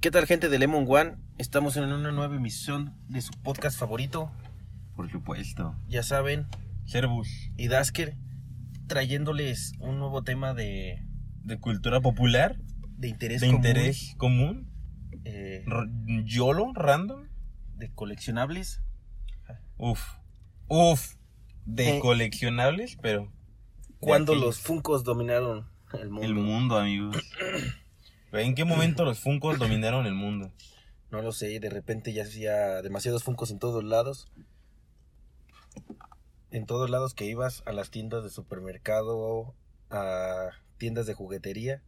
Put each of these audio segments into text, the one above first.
¿Qué tal gente de Lemon One? Estamos en una nueva emisión de su podcast favorito. Por supuesto. Ya saben, Servus. y Dasker trayéndoles un nuevo tema de, De cultura popular, de interés de común, interés común, eh, r- yolo, random. de coleccionables. Uf. Uf. De Eh. coleccionables, pero. de Cuando aquellos. los Funcos dominaron el mundo. El mundo, amigos. ¿En qué momento los Funkos dominaron el mundo? No lo sé, de repente ya hacía demasiados Funcos en todos lados. En todos lados que ibas a las tiendas de supermercado, a tiendas de juguetería,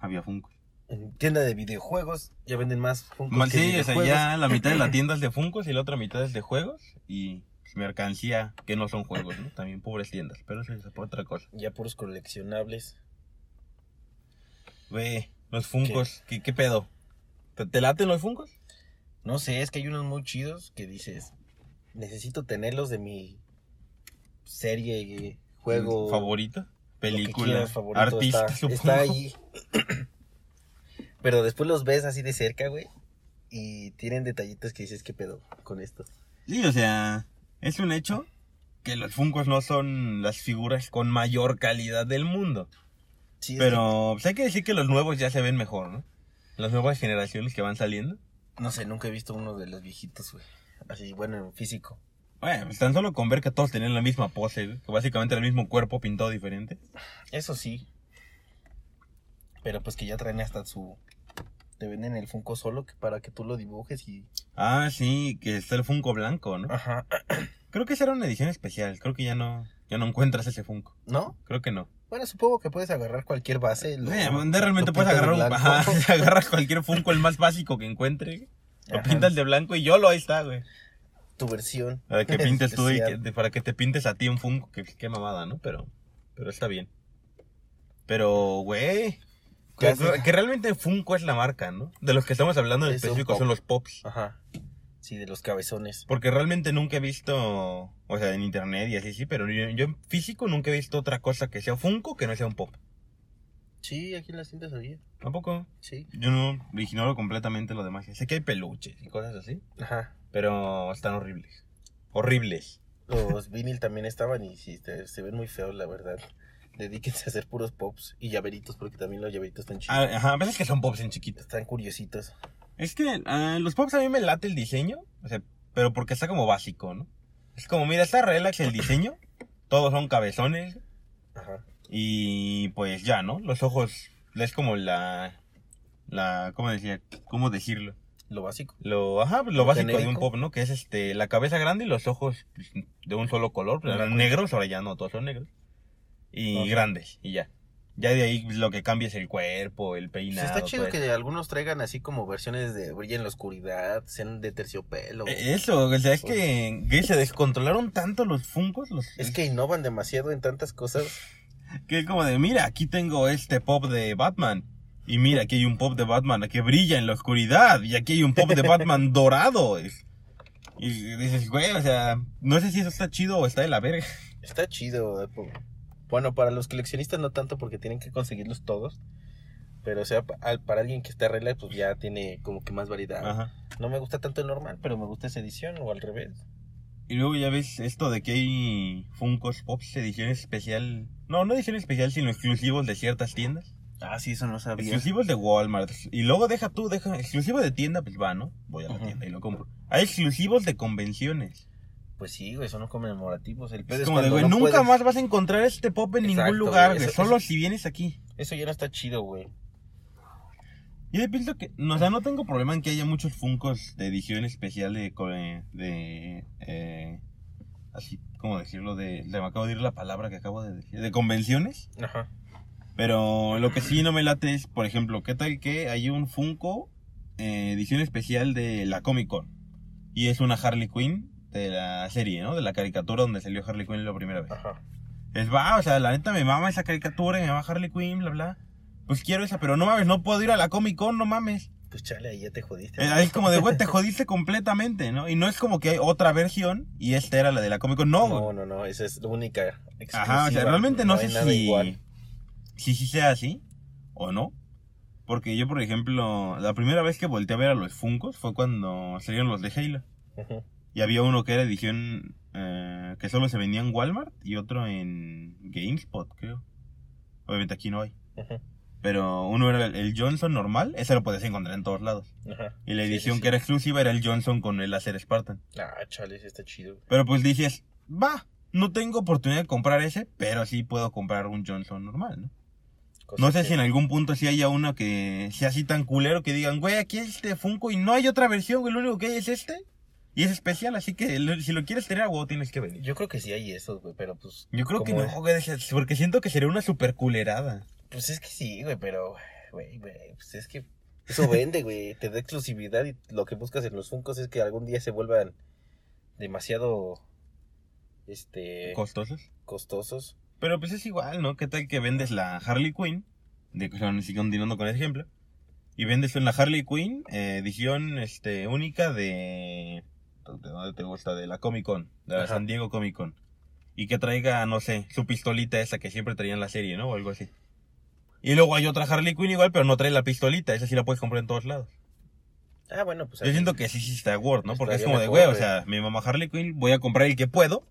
Había Funko. en tienda de videojuegos, ya venden más Funcos Mal, que sí, o sea, videojuegos. ya la mitad de la tienda es de Funkos y la otra mitad es de juegos y pues, mercancía que no son juegos, ¿no? También pobres tiendas, pero eso es otra cosa. ya puros coleccionables. Ve, los Funkos, ¿qué, qué pedo? ¿Te, te laten los Funkos? No sé, es que hay unos muy chidos que dices, necesito tenerlos de mi serie, juego, favorito, lo que película, quieras, favorito, artista, está, supongo. está ahí. Pero después los ves así de cerca, güey, y tienen detallitos que dices, ¿qué pedo con esto? Sí, o sea, es un hecho que los Funkos no son las figuras con mayor calidad del mundo. Sí, es Pero pues, hay que decir que los nuevos ya se ven mejor, ¿no? Las nuevas generaciones que van saliendo. que, no sé, nunca he visto uno de los viejitos, güey. Así, bueno, en físico. Bueno, pues, tan solo con ver que todos tenían la misma pose, güey, que básicamente era el mismo cuerpo pintado diferente. Eso sí. Pero pues que ya traen hasta su... Te venden el Funko solo que- para que tú lo dibujes y... Ah, sí, que está el Funko blanco, ¿no? Ajá. Creo que esa era una edición especial, creo que ya no, ya no encuentras ese Funko. ¿No? Creo que no. Bueno, supongo que puedes agarrar cualquier base. lo- Eh, realmente lo puedes pintas de agarrar un, blanco. ajá, agarras cualquier Funko, el más básico que encuentre, lo Ajá, pintas de blanco y yo lo ahí está, güey. Tu versión. Para que pintes tú y que- Especial. de- para que te pintes a ti un Funko, que qué mamada, ¿no? Pero, pero está bien. Pero, güey, ¿Qué que, haces? que realmente Funko es la marca, ¿no? De los que estamos hablando en Es un específico pop. son los pops. Ajá. Sí, de los cabezones. Porque realmente nunca he visto, o sea, en internet y así, sí, pero yo, yo en físico nunca he visto otra cosa que sea Funko que no sea un pop. Sí, aquí en las tiendas había. Tampoco. Sí. Yo no ignoro completamente lo demás. Sé que hay peluches y cosas así, Ajá. pero están horribles. Horribles. Los vinil también estaban y sí, te- se ven muy feos, la verdad. Dedíquense a hacer puros pops y llaveritos, porque también los llaveritos están chidos. Ah, ajá, a veces que son pops en chiquitos. Están curiositos. Es que ah, los pops a mí me late el diseño, o sea, pero porque está como básico, ¿no? Es como, mira, está relax el diseño, todos son cabezones Ajá. y pues ya, ¿no? Los ojos es como la, la, ¿cómo decía? ¿Cómo decirlo? Lo básico. Lo, ajá, pues, lo básico de un genérico. pop, ¿no? Que es este, la cabeza grande y los ojos pues, de un solo color, pero Blanco. eran negros, ahora ya no, todos son negros. Y Ajá. grandes, y ya. Ya de ahí pues, lo que cambia es el cuerpo, el Pues peinado. está chido todo eso. que algunos traigan así como versiones de brilla en la oscuridad, sean de terciopelo. Eh, Eso, o sea, es que, que se descontrolaron tanto los Funkos, los, Es que innovan demasiado en tantas cosas. que es como de, mira, aquí tengo este pop de Batman, y mira, aquí hay un pop de Batman que brilla en la oscuridad, y aquí hay un pop de Batman dorado. Y, y dices, güey, o sea, no sé si eso está chido o está de la verga. Está chido. eh, po- Bueno, para los coleccionistas no tanto porque tienen que conseguirlos todos. Pero o sea, pa- al- para alguien que está regla, pues ya tiene como que más variedad. Ajá. No me gusta tanto el normal, pero me gusta esa edición o al revés. Y luego ya ves esto de que hay Funkos Pops edición especial, no, no edición especial, sino exclusivos de ciertas tiendas. Ah, sí, eso no sabía. Exclusivos de Walmart. Y luego deja tú, deja exclusivo de tienda, pues va, ¿no? Voy a la Ajá. tienda y lo compro. Hay exclusivos de convenciones. Pues sí, güey, son no conmemorativos. El pedo Es es como de, cuando güey, no nunca puedes. más vas a encontrar este pop en Exacto, ningún lugar, güey, güey. eso- Solo eso- si vienes aquí. Eso ya no está chido, güey. Yo pienso que, no, o sea, no tengo problema en que haya muchos Funcos de edición especial de, co- de, eh, así, como decirlo? De, de- me acabo de ir la palabra que acabo de decir, de convenciones. Ajá. Pero lo que sí no me late es, por ejemplo, ¿qué tal que hay un Funko eh, edición especial de la Comic Con? Y es una Harley Quinn de la serie, ¿no? De la caricatura donde salió Harley Quinn la primera vez. Ajá. Es va, o sea, la neta me mama esa caricatura y me mama Harley Quinn, bla, bla. Pues quiero esa, pero no mames, no puedo ir a la Comic Con, no mames. Pues chale, ahí ya te jodiste. Eh, güey. Es como de, güey, te jodiste completamente, ¿no? Y no es como que hay otra versión y esta era la de la Comic Con, no, güey. No, no, no, esa es la única. Exclusiva. Ajá, o sea, realmente no, hay sé nada si, igual. si sí sea así o no. Porque yo, por ejemplo, la primera vez que volteé a ver a los Funkos fue cuando salieron los de Halo. Ujú. Y había uno que era edición eh, que solo se vendía en Walmart y otro en GameSpot, creo. Obviamente aquí no hay. Ujú. Pero uno era el, el Johnson normal, ese lo podías encontrar en todos lados. Ajá. Y la Sí, sí, edición sí. que era exclusiva era el Johnson con el láser Spartan. Ah, chale, sí está chido. güey. Pero pues dices, va, no tengo oportunidad de comprar ese, pero sí puedo comprar un Johnson normal, ¿no? Cosa No sé Pues que- si en algún punto sí haya uno que sea así tan culero que digan, güey, aquí es este Funko y no hay otra versión, güey, lo único que hay es este. Y es especial, así que lo- si lo quieres tener, a huevo tienes que venir. Yo creo que sí hay esos, güey, pero pues. Yo creo que ¿Cómo no, güey, es- porque siento que sería una super culerada. Pues es que sí, güey, pero. Güey, güey, pues es que. Eso vende, güey. Te da exclusividad y lo que buscas en los Funkos es que algún día se vuelvan demasiado. Este. Costosas. costosos. Pero pues es igual, ¿no? ¿Qué tal que vendes la Harley Quinn? De que o sea, ni siquiera continuando con ese ejemplo. Y vendes una Harley Quinn, eh, edición este, única de. pues, ¿De dónde te gusta? De la Comic Con, de la Ajá. San Diego Comic Con. Y que traiga, no sé, su pistolita esa que siempre traía en la serie, ¿no? O algo así. Y luego hay otra Harley Quinn igual, pero no trae la pistolita. Esa sí la puedes comprar en todos lados. Ah, bueno, pues. Yo aquí- siento que sí, sí está Word, ¿no? Porque es Estaría como de, mejor, güey, o güey. sea, mi mamá Harley Quinn, voy a comprar el que puedo,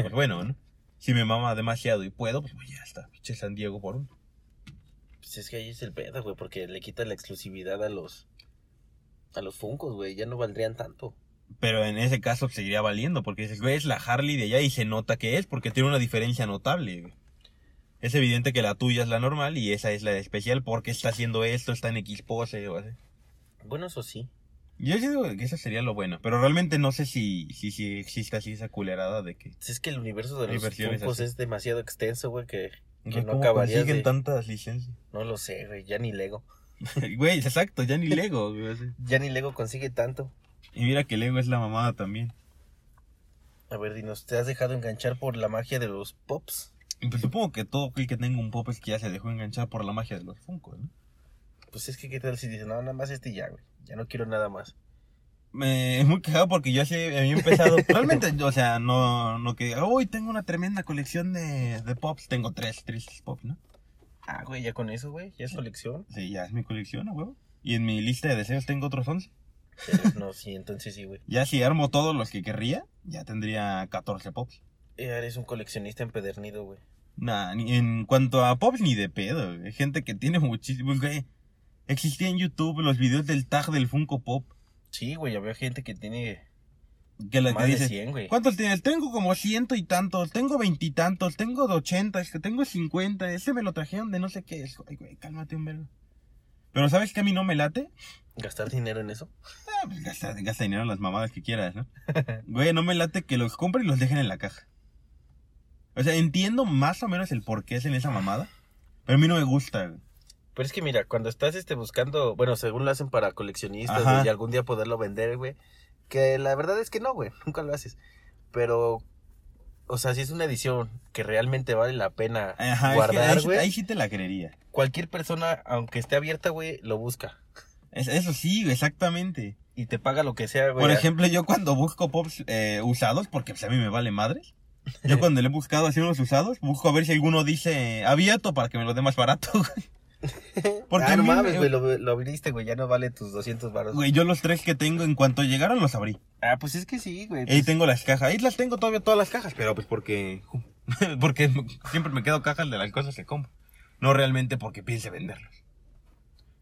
pues bueno, ¿no? Si me mama demasiado y puedo, pues, pues, ya está, pinche San Diego por uno. Pues es que ahí es el pedo, güey, porque le quitan la exclusividad a los. A los Funkos, güey. Ya no valdrían tanto. Pero en ese caso pues, seguiría valiendo, porque dices, güey, es la Harley de allá y se nota que es, porque tiene una diferencia notable, güey. Es evidente que la tuya es la normal y esa es la especial porque está haciendo esto, está en X pose o así. Bueno, eso sí. Yo digo que eso sería lo bueno, pero realmente no sé si, si, si existe así esa culerada de que... Si es que el universo de Hay los versiones Funkos así. es demasiado extenso, güey, que güey, no ¿cómo acabarías consiguen de- tantas licencias? no lo sé, güey. Ya ni Lego. Güey, exacto, ya ni Lego. güey, así. Ya ni Lego consigue tanto. Y mira que Lego es la mamada también. A ver, dinos, ¿te has dejado enganchar por la magia de los pops? Y pues supongo que todo el que tenga un pop es que ya se dejó enganchar por la magia de los Funko, ¿no? Pues es que, ¿qué tal si dices, no, nada más este y ya, güey? Ya no quiero nada más. Me, es muy cagado porque yo así había empezado. Realmente, o sea, no, no que. Uy, tengo una tremenda colección de, de pops. Tengo tres tristes pop, ¿no? Ah, güey, ya con eso, güey, ya es colección. Sí, ya es mi colección, a huevo. Y en mi lista de deseos tengo otros 11. Pero no, sí, entonces sí, güey. Ya si armo todos los que querría, ya tendría 14 pops. Eh, Eres un coleccionista empedernido, güey. Nah, ni- en cuanto a pops, ni de pedo. güey. Gente que tiene muchísimos, güey. Existía en YouTube los videos del tag del Funko Pop. Sí, güey, había gente que tiene Que la que más de dice, 100, güey. ¿cuántos tienes? Tengo como ciento y tantos, tengo veintitantos, tengo de ochenta, es que tengo cincuenta, ese me lo trajeron de no sé qué es. Ay, güey, cálmate un verbo. Pero ¿sabes que a mí no me late? ¿Gastar dinero en eso? Ah, pues gasta, gasta dinero en las mamadas que quieras, ¿no? Güey, no me late que los compren y los dejen en la caja. O sea, entiendo más o menos el por qué hacen esa mamada, pero a mí no me gusta, güey. Pero es que mira, cuando estás este, buscando, bueno, según lo hacen para coleccionistas, Ajá. güey, y algún día poderlo vender, güey, que la verdad es que no, güey, nunca lo haces. Pero, o sea, si es una edición que realmente vale la pena Ajá, es que guardar, ahí sí- güey, ahí, sí te la creería. cualquier persona, aunque esté abierta, güey, lo busca. Es- eso sí, güey, exactamente. Y te paga lo que sea, güey. Por ejemplo, yo cuando busco pops eh, usados, porque pues, a mí me vale madres. Yo cuando le he buscado así unos usados, busco a ver si alguno dice abierto para que me lo dé más barato. güey. porque ah, a no mí mames, me- eh, güey, lo, lo abriste, güey, ya no vale tus 200 baros. Güey, yo los tres que tengo, en cuanto llegaron los abrí. Ah, pues es que sí, güey. Ahí pues- tengo las cajas. Ahí las tengo todavía todas las cajas, pero pues porque... porque siempre me quedo cajas de las cosas que compro. No realmente porque piense venderlos.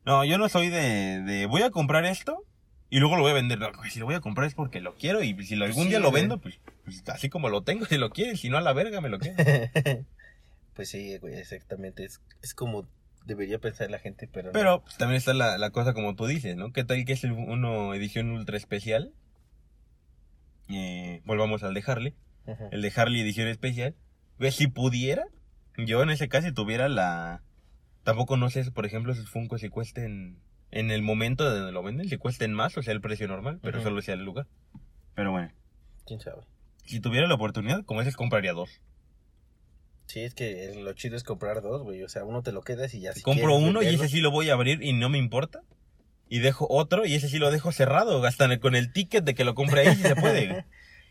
No, yo no soy de, de... Voy a comprar esto y luego lo voy a vender. No, güey, si lo voy a comprar es porque lo quiero y si lo- algún Sí, día lo güey. vendo, pues, pues, así como lo tengo, si lo quieres, si no a la verga me lo quedo. pues sí, güey, exactamente. Es, es como debería pensar la gente, pero... no. Pero pues, también está la, la cosa como tú dices, ¿no? ¿Qué tal que es el uno edición ultra especial? Eh, volvamos al de Harley. Ujú. el de Harley edición especial. Güey, si pudiera, yo en ese caso si tuviera la... Tampoco no sé, por ejemplo, esos Funko si cuesten... En el momento de donde lo venden, si cuesten más, o sea, el precio normal, pero Ujú. solo sea el lugar. Pero bueno, ¿Quién sabe? si tuviera la oportunidad, como dices, compraría dos. Sí, es que lo chido es comprar dos, güey. O sea, uno te lo quedas y ya Si compro quieres uno y venderlo- ese sí lo voy a abrir y no me importa. Y dejo otro y ese sí lo dejo cerrado, hasta con el ticket de que lo compré ahí si se puede. güey.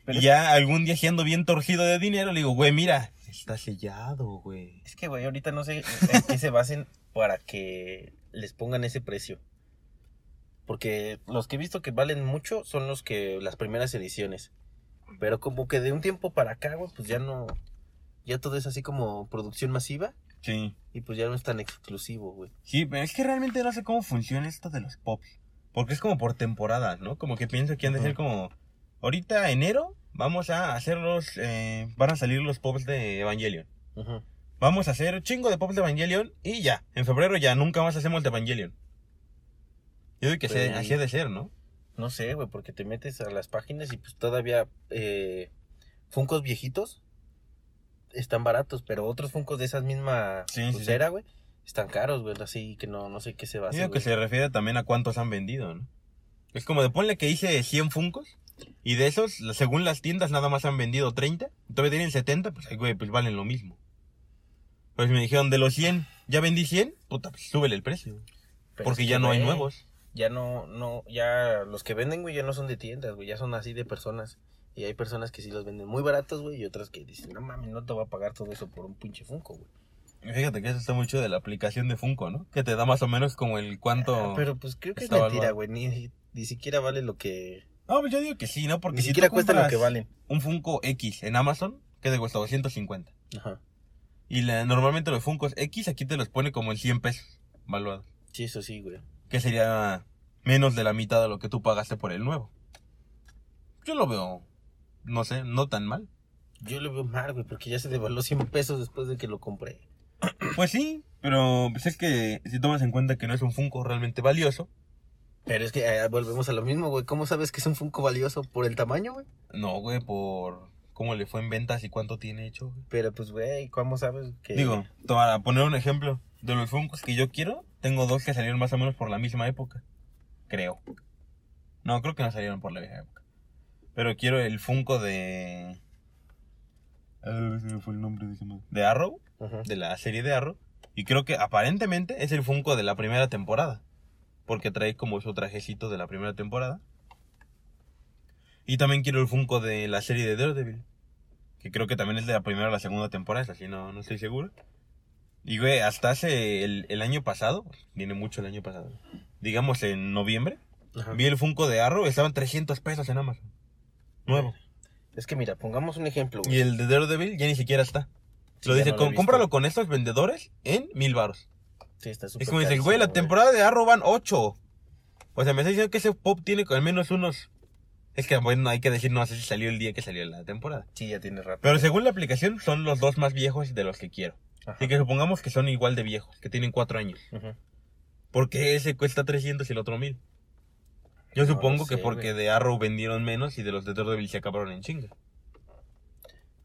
Pero y ya algún día siendo bien torcido de dinero, le digo, güey, mira, Está sellado, güey. Es que, güey, ahorita no sé en qué se basen para que les pongan ese precio. Porque los que he visto que valen mucho son los que las primeras ediciones. Pero como que de un tiempo para acá, güey, pues ya no. Ya todo es así como producción masiva Sí. y pues ya no es tan exclusivo, güey. Sí, pero es que realmente no sé cómo funciona esto de los pops. Porque es como por temporadas, ¿no? Como que pienso que han de ser Ujú. como. Ahorita, enero, vamos a hacer los. eh, van a salir los pops de Evangelion. Ujú. Vamos a hacer un chingo de pops de Evangelion y ya. En febrero ya nunca más hacemos de Evangelion. Yo digo que se- Pero- así ha de ser, ¿no? No sé, güey, porque te metes a las páginas y pues todavía eh, Funcos viejitos están baratos, pero otros Funcos de esas misma Sí, sí, sí. pulsera, güey, están caros, güey, así que no, no sé qué se va a Yo hacer. digo que se refiere también a cuántos han vendido, ¿no? Es como de ponle que hice 100 funcos y de esos, según las tiendas, nada más han vendido 30. y Todavía tienen 70, pues, ay, güey, pues valen lo mismo. Pues me dijeron, de los 100, ya vendí 100, puta, pues súbele el precio. Pero porque es ya que, no hay Pues güey, nuevos. Ya no, no, ya los que venden, güey, ya no son de tiendas, güey, ya son así de personas. Y hay personas que sí los venden muy baratos, güey, y otras que dicen, no mames, no te voy a pagar todo eso por un pinche Funko, güey. Fíjate que eso está mucho de la aplicación de Funko, ¿no? Que te da más o menos como el cuánto... Ah, pero pues creo que es está mentira, evaluado. güey, ni, ni siquiera vale lo que... No, pues yo digo que sí, ¿no? Porque ni si siquiera tú cuesta lo compras que valen. un Funko X en Amazon, que te cuesta 250. Ajá. Y la- normalmente los Funcos X aquí te los pone como en 100 pesos valuados. Sí, eso sí, güey. que sería menos de la mitad de lo que tú pagaste por el nuevo. Yo lo veo, no sé, no tan mal. Yo lo veo mal, güey, porque ya se devaluó 100 pesos después de que lo compré. Pues sí, pero pues es que si tomas en cuenta que no es un Funko realmente valioso, Pero es que eh, volvemos a lo mismo, güey. ¿Cómo sabes que es un Funko valioso? ¿Por el tamaño, güey? no, güey, por cómo le fue en ventas y cuánto tiene hecho. güey. Pero pues, güey, ¿cómo sabes que...? Digo, para poner un ejemplo de los Funkos que yo quiero, tengo dos que salieron más o menos por la misma época, creo. No, creo que no salieron por la misma época. Pero quiero el Funko de... Ah, se me fue el nombre de ese man. De Arrow. Ajá. de la serie de Arrow. Y creo que aparentemente es el Funko de la primera temporada. Porque trae como su trajecito de la primera temporada. Y también quiero el Funko de la serie de Daredevil. Que creo que también es de la primera o la segunda temporada, es así, no, no estoy seguro. Y güey, hasta hace el, el año pasado, viene mucho el año pasado, digamos en noviembre, Ajá. vi el Funko de Arrow, estaban 300 pesos en Amazon. Nuevo. Es que mira, pongamos un ejemplo, güey. Y el de Daredevil ya ni siquiera está. Sí, Lo ya dice, no lo he "Con- visto. cómpralo con estos vendedores en mil baros. Sí, está súper Es como dice, güey, carísimo, la temporada de Arrow van 8. O sea, me está diciendo que ese pop tiene al menos unos. Es que, bueno, hay que decir, no sé si salió el día que salió la temporada. Sí, ya tiene rato. Pero según la aplicación, son los dos más viejos de los que quiero. Ajá. Así que supongamos que son igual de viejos, que tienen 4 años. Ujú. Porque ese cuesta 300 y el otro 1000. No Yo lo supongo que sé, porque güey. de Arrow vendieron menos y de los de Daredevil se acabaron en chinga.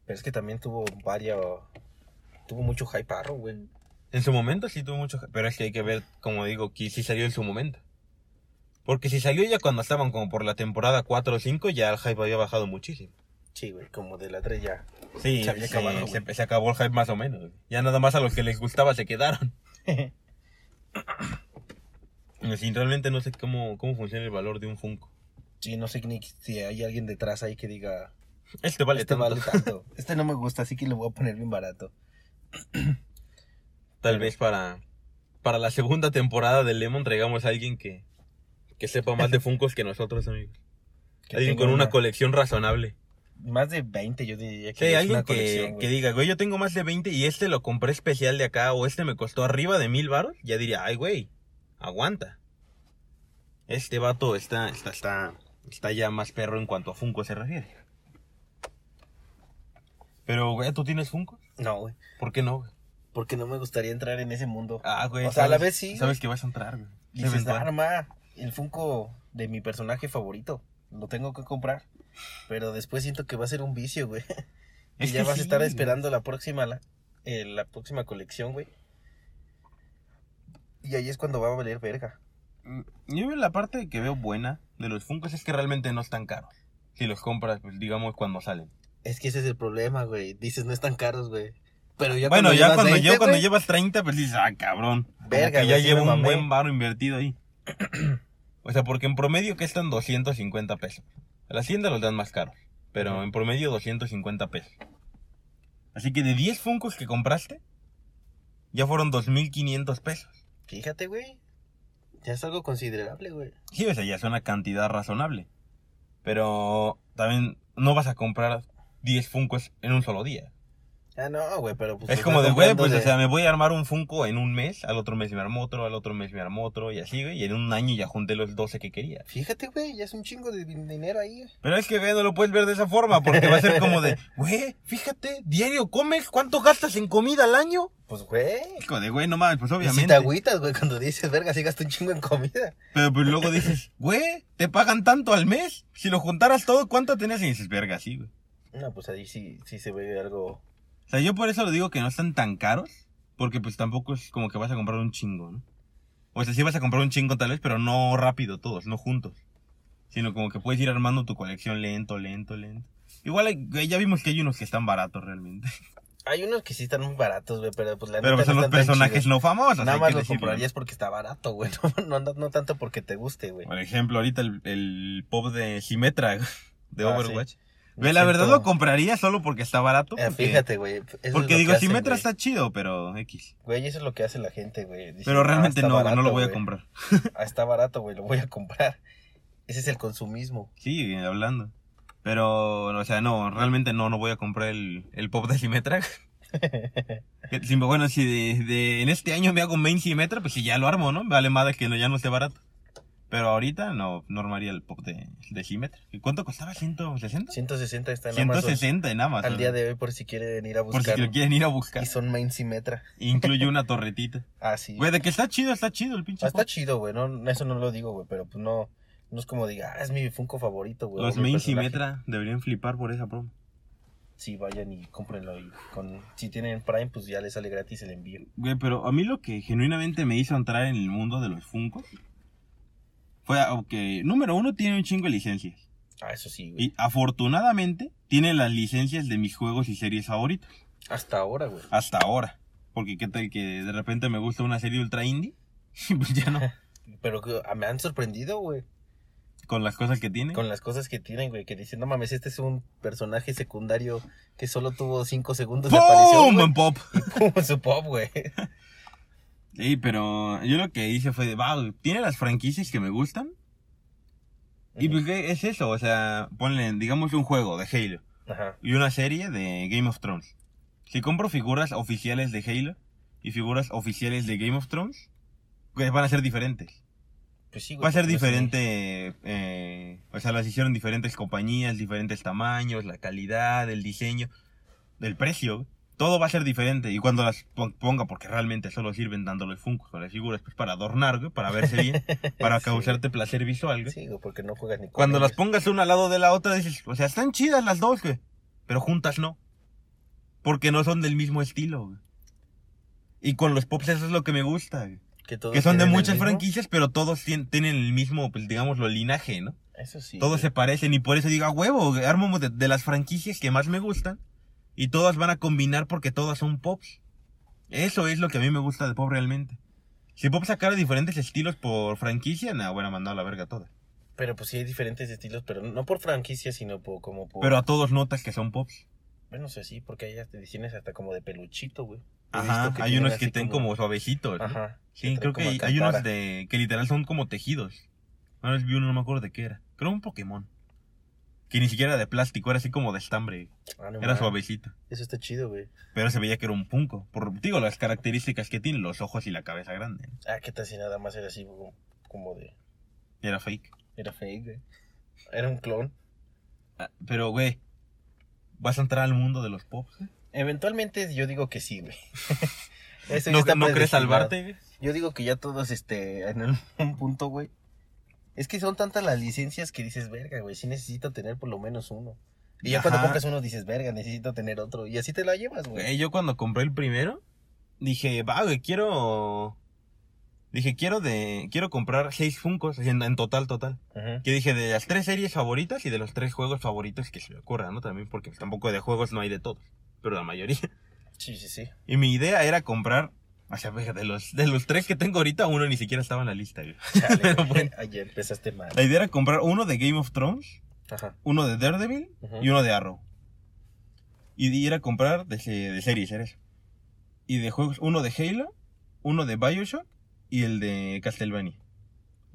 Pero es que también tuvo varios... Tuvo mucho hype Arrow, güey. En su momento sí tuvo mucho. Pero es que hay que ver, como digo, que sí salió en su momento. Porque si salió ya cuando estaban como por la temporada 4 o 5, ya el hype había bajado muchísimo. Sí, güey, como de la 3 ya. Sí, Se había se, acabado, se- güey. se acabó el hype más o menos. Ya nada más a los que les gustaba se quedaron. Así, realmente no sé cómo, cómo funciona el valor de un Funko. Sí, no sé ni si hay alguien detrás ahí que diga... Este vale este tanto. vale tanto. Este no me gusta, así que le voy a poner bien barato. Tal vez para, para la segunda temporada de Lemon traigamos a alguien que, que sepa más de Funkos que nosotros, amigos. Que alguien tenga con una colección razonable. Más de 20, yo diría que Sí, es alguien una que, colección, que güey. diga, güey, yo tengo más de 20 y este lo compré especial de acá o este me costó arriba de mil baros, ya diría, ay, güey, aguanta. Este vato está, está, está, está ya más perro en cuanto a Funko se refiere. Pero, güey, ¿tú tienes Funko? No, güey. ¿Por qué no, güey? Porque no me gustaría entrar en ese mundo. Ah, güey. O sea, a la vez sí, güey. Sabes que vas a entrar, güey. Y De vez dices, en cuando. arma, el Funko de mi personaje favorito. Lo tengo que comprar. Pero después siento que va a ser un vicio, güey. Y Es ya que vas sí, a estar güey. esperando la próxima, la, eh, la próxima colección, güey. Y ahí es cuando va a valer verga. Mm, Yo veo la parte que veo buena de los Funkos es que realmente no están caros. Si los compras, pues, digamos, cuando salen. Es que ese es el problema, güey. Dices, no están caros, güey. Pero ya bueno, cuando ya llevas cuando, 20, yo, cuando güey, llevas 30, pues dices, ah, cabrón. Como Verga, que ya güey, sí llevo me un mamé. buen varo invertido ahí. o sea, porque en promedio que están 250 pesos. A la hacienda los dan más caros, pero Ujú. en promedio 250 pesos. Así que de 10 Funkos que compraste, ya fueron 2.500 pesos. Fíjate, güey. Ya es algo considerable, güey. Sí, o sea, ya es una cantidad razonable. Pero también no vas a comprar 10 Funkos en un solo día. Ah, no, güey, pero pues. es estás como de, güey, comprando pues, o de- sea, me voy a armar un Funko en un mes, al otro mes me armo otro, al otro mes me armo otro, y así, güey, y en un año ya junté los 12 que quería. Fíjate, güey, ya es un chingo de din- dinero ahí. Pero es que, güey, no lo puedes ver de esa forma, porque va a ser como de, güey, fíjate, diario comes, ¿cuánto gastas en comida al año? Pues, güey. Es como de, güey, no mames, pues Y si te obviamente. agüitas, güey, cuando dices, verga, sí gasto un chingo en comida. Pero pues luego dices, güey, ¿te pagan tanto al mes? Si lo juntaras todo, ¿cuánto tenías? Y dices, verga, sí, güey. No, pues ahí sí, sí se ve algo. O sea, yo por eso lo digo que no están tan caros, porque pues tampoco es como que vas a comprar un chingo, ¿no? O sea, sí vas a comprar un chingo tal vez, pero no rápido todos, no juntos. Sino como que puedes ir armando tu colección lento, lento, lento. Igual hay- güey, ya vimos que hay unos que están baratos realmente. Hay unos que sí están muy baratos, güey, pero pues la Pero neta pues, son no los están tan personajes chidos. no famosos. Nada hay más que los decirlo. comprarías porque está barato, güey. No, no, no, no tanto porque te guste, güey. Por ejemplo, ahorita el, el pop de Symmetra de Ah, sí. Overwatch. Güey, la verdad lo compraría solo porque está barato. Eh, porque- fíjate, güey. eso es Porque lo digo, que hacen, Symmetra güey. está chido, pero X. Güey, eso es lo que hace la gente, güey. Dice, Pero "Ah, realmente está no, güey, no lo barato, voy a güey. comprar. Ah, está barato, güey, lo voy a comprar. Ese es el consumismo. Sí, hablando. Pero, o sea, no, realmente no, no voy a comprar el, el pop de Symmetra. Que si me- bueno, si de, de- en este año me hago main Symmetra, pues si ya lo armo, ¿no? Vale madre que no- ya no esté barato. Pero ahorita no, no armaría el pop de, de Symmetra. ¿Y cuánto costaba? ¿160? 160 está en Amazon. 160 en Amazon. Al día de hoy, por si quieren ir a Por si buscar. lo quieren ir a buscar. y son main Symmetra. Incluye una torretita. Ah, sí. Güey, pues de que está chido, está chido el Ah, pinche está pop. chido, güey. No, eso no lo digo, güey, pero pues no. No es como diga, ah, es mi Funko favorito, güey. Los o mi main personaje". Symmetra deberían flipar por esa promo. Sí, vayan y cómprenlo. Y con, si tienen Prime, pues ya les sale gratis el envío. Güey, pero a mí lo que genuinamente me hizo entrar en el mundo de los Funkos fue a- que, número uno, tiene un chingo de licencias. Ah, eso sí, güey. Y afortunadamente, tiene las licencias de mis juegos y series favoritas. Hasta ahora, güey. Hasta ahora. Porque qué tal que de repente me gusta una serie ultra indie. Y pues ya no. Pero que- ah, me han sorprendido, güey. Con las cosas que tiene. Con las cosas que tienen, güey. Que dicen, no mames, este es un personaje secundario que solo tuvo 5 segundos de aparición. ¡Pum! güey". En pop. Como su pop, güey. Sí, pero yo lo que hice fue de, va, tiene las franquicias que me gustan. Y pues ¿qué es eso, o sea, ponle, digamos, un juego de Halo. Ajá. y una serie de Game of Thrones. Si compro figuras oficiales de Halo y figuras oficiales de Game of Thrones, pues van a ser diferentes. Pues sí, güey, Va a ser porque no sé. diferente, eh, o sea, las hicieron diferentes compañías, diferentes tamaños, la calidad, el diseño, el precio. Todo va a ser diferente. Y cuando las pon- ponga, porque realmente solo sirven dando los funcos o las figuras, pues para adornar, güey, para verse bien, para Sí. causarte placer visual. güey. Sí, güey, porque no juegas ni con Cuando las ellos. pongas una al lado de la otra, dices, o sea, están chidas las dos, güey. Pero juntas no. Porque no son del mismo estilo, güey. Y con los pops eso es lo que me gusta, güey. todos Que son de tienen el muchas mismo. franquicias, pero todos tien- tienen el mismo, pues, digamos, lo linaje, ¿no? Eso sí. todos güey. se parecen y por eso digo, a huevo, güey, armo de, de las franquicias que más me gustan. Y todas van a combinar porque todas son pops. Eso es lo que a mí me gusta de pop realmente. Si pop sacara diferentes estilos por franquicia, nah, bueno, mandado a la verga todas. Pero pues sí hay diferentes estilos, pero no por franquicia, sino por, como por... Pero a todos notas que son pops. Bueno, no sé, sí, porque hay hasta diseños hasta como de peluchito, güey. He Ajá, visto hay tienen unos así que tienen como, suavecitos. ¿no? Ajá. Sí, traen creo que como hay, hay unos alcántara. de que literal son como tejidos. Una vez vi uno, no me acuerdo de qué era. Creo un Pokémon. Que ni siquiera era de plástico, era así como de estambre. Ah, no Era mames. suavecito. Eso está chido, güey. Pero se veía que era un punco. Por, digo, las características que tiene, los ojos y la cabeza grande. ¿no? Ah, qué tal si nada más era así como, como de... Era fake. Era fake, güey. Era un clon. Ah, Pero, güey, vas a entrar al mundo de los pop. Eventualmente yo digo que sí, güey. Eso ya ¿No, está no crees predestinado. salvarte? güey? Yo digo que ya todos, este, en el- un punto, güey. Es que son tantas las licencias que dices, verga, güey, sí necesito tener por lo menos uno. Y ya cuando Ajá. compras uno dices, verga, necesito tener otro. Y así te la llevas, güey. Güey, yo cuando compré el primero, dije, va, güey, quiero. Dije, quiero de. Quiero comprar seis Funkos, así en, en total, total. Ajá. Que dije, de las tres series favoritas y de los tres juegos favoritos que se me ocurran, ¿no? También, porque tampoco de juegos no hay de todos, pero la mayoría. Sí, sí, sí. Y mi idea era comprar. O sea, güey, de los, de los tres que tengo ahorita, uno ni siquiera estaba en la lista, güey. Chale, Pero güey. bueno. Ahí ya empezaste mal. La idea era comprar uno de Game of Thrones, Ajá. uno de Daredevil Ujú. y uno de Arrow. y de ir a comprar de, se- de series, series. Y de juegos, uno de Halo, uno de Bioshock y el de Castlevania.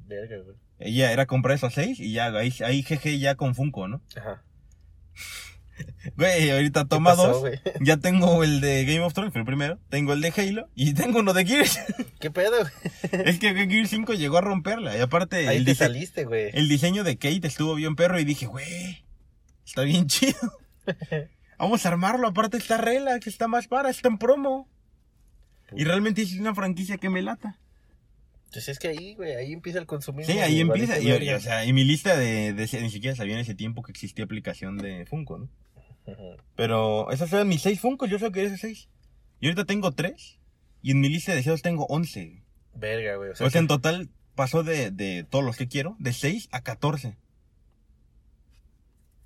Verga, güey. Eh, Ya era comprar esos seis y ya, ahí, ahí jeje, ya con Funko, ¿no? Ajá. Güey, ahorita ¿Qué toma pasó, dos. güey? Ya tengo el de Game of Thrones, el primero. Tengo el de Halo y tengo uno de Gears. ¿Qué pedo, güey? es que Gears 5 llegó a romperla. Y aparte, Ahí el, te dise- saliste, güey. el diseño de Kate estuvo bien perro y dije, güey, está bien chido. Vamos a armarlo. Aparte, está relax, está más para, está en promo. Y realmente es una franquicia que me lata. Entonces Pues es que ahí, güey, ahí empieza el consumismo. Sí, ahí güey, empieza. Y, valiste y, o sea, y mi lista de, de ese- Ni siquiera sabía en ese tiempo que existía aplicación de Funko, ¿no? verga. Ajá. Pero esas eran mis seis Funko, yo solo quería esos seis. Y ahorita tengo tres. Y en mi lista de deseos tengo once. Verga, güey. O O sea, sea, Pues en total pasó de, de todos los que quiero, de 6 a 14.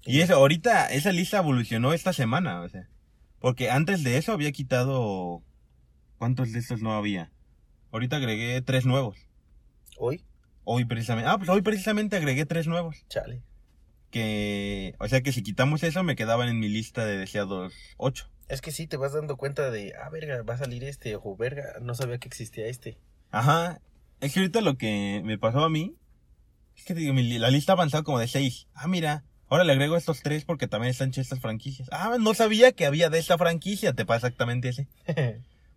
Y eso, ahorita esa lista evolucionó esta semana, o sea. Porque antes de eso había quitado... ¿Cuántos de estos no había? Ahorita agregué tres nuevos. hoy, Hoy precisamente... Ah, pues hoy precisamente agregué tres nuevos. chale. Que... O sea que si quitamos eso me quedaban en mi lista de deseados 8. Es que sí, te vas dando cuenta de, ah, verga, va a salir este, o verga, no sabía que existía este. Ajá. Es que ahorita lo que me pasó a mí es que te digo, mi li- la lista avanzaba como de seis. Ah, mira, ahora le agrego estos tres porque también están hechas estas franquicias. Ah, no sabía que había de esta franquicia. Te pasa exactamente ese.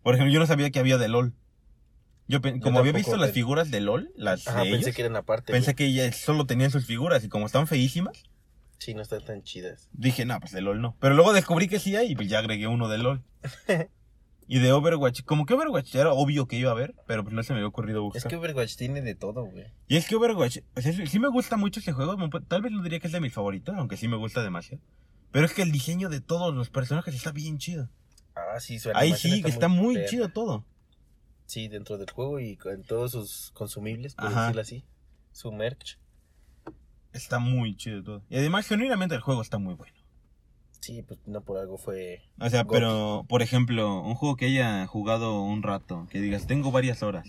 Por ejemplo, yo no sabía que había de LOL. Yo, pe- como había tampoco, visto las pero- figuras de LOL, las Ajá, de pensé ellos, que eran aparte. pensé güey. que ellas solo tenían sus figuras y como están feísimas, Sí, no están tan chidas. dije, no, pues de LOL no. Pero luego descubrí que sí hay y pues ya agregué uno de LOL. y de Overwatch, como que Overwatch era obvio que iba a haber, pero pues no se me había ocurrido buscar. Es que Overwatch tiene de todo, güey. Y es que Overwatch, o sea, sí me gusta mucho ese juego, me pu- tal vez no diría que es de mis favoritos, aunque sí me gusta demasiado. Pero es que el diseño de todos los personajes está bien chido. Ah, sí, su Ahí animación sí, que está muy perra. chido todo. Sí, dentro del juego y con todos sus consumibles, por Ajá. decirlo así. Su merch. Está muy chido todo. Y además, genuinamente el juego está muy bueno. Sí, pues no por algo fue. O sea, Gotti. pero, por ejemplo, un juego que haya jugado un rato, que digas, tengo varias horas.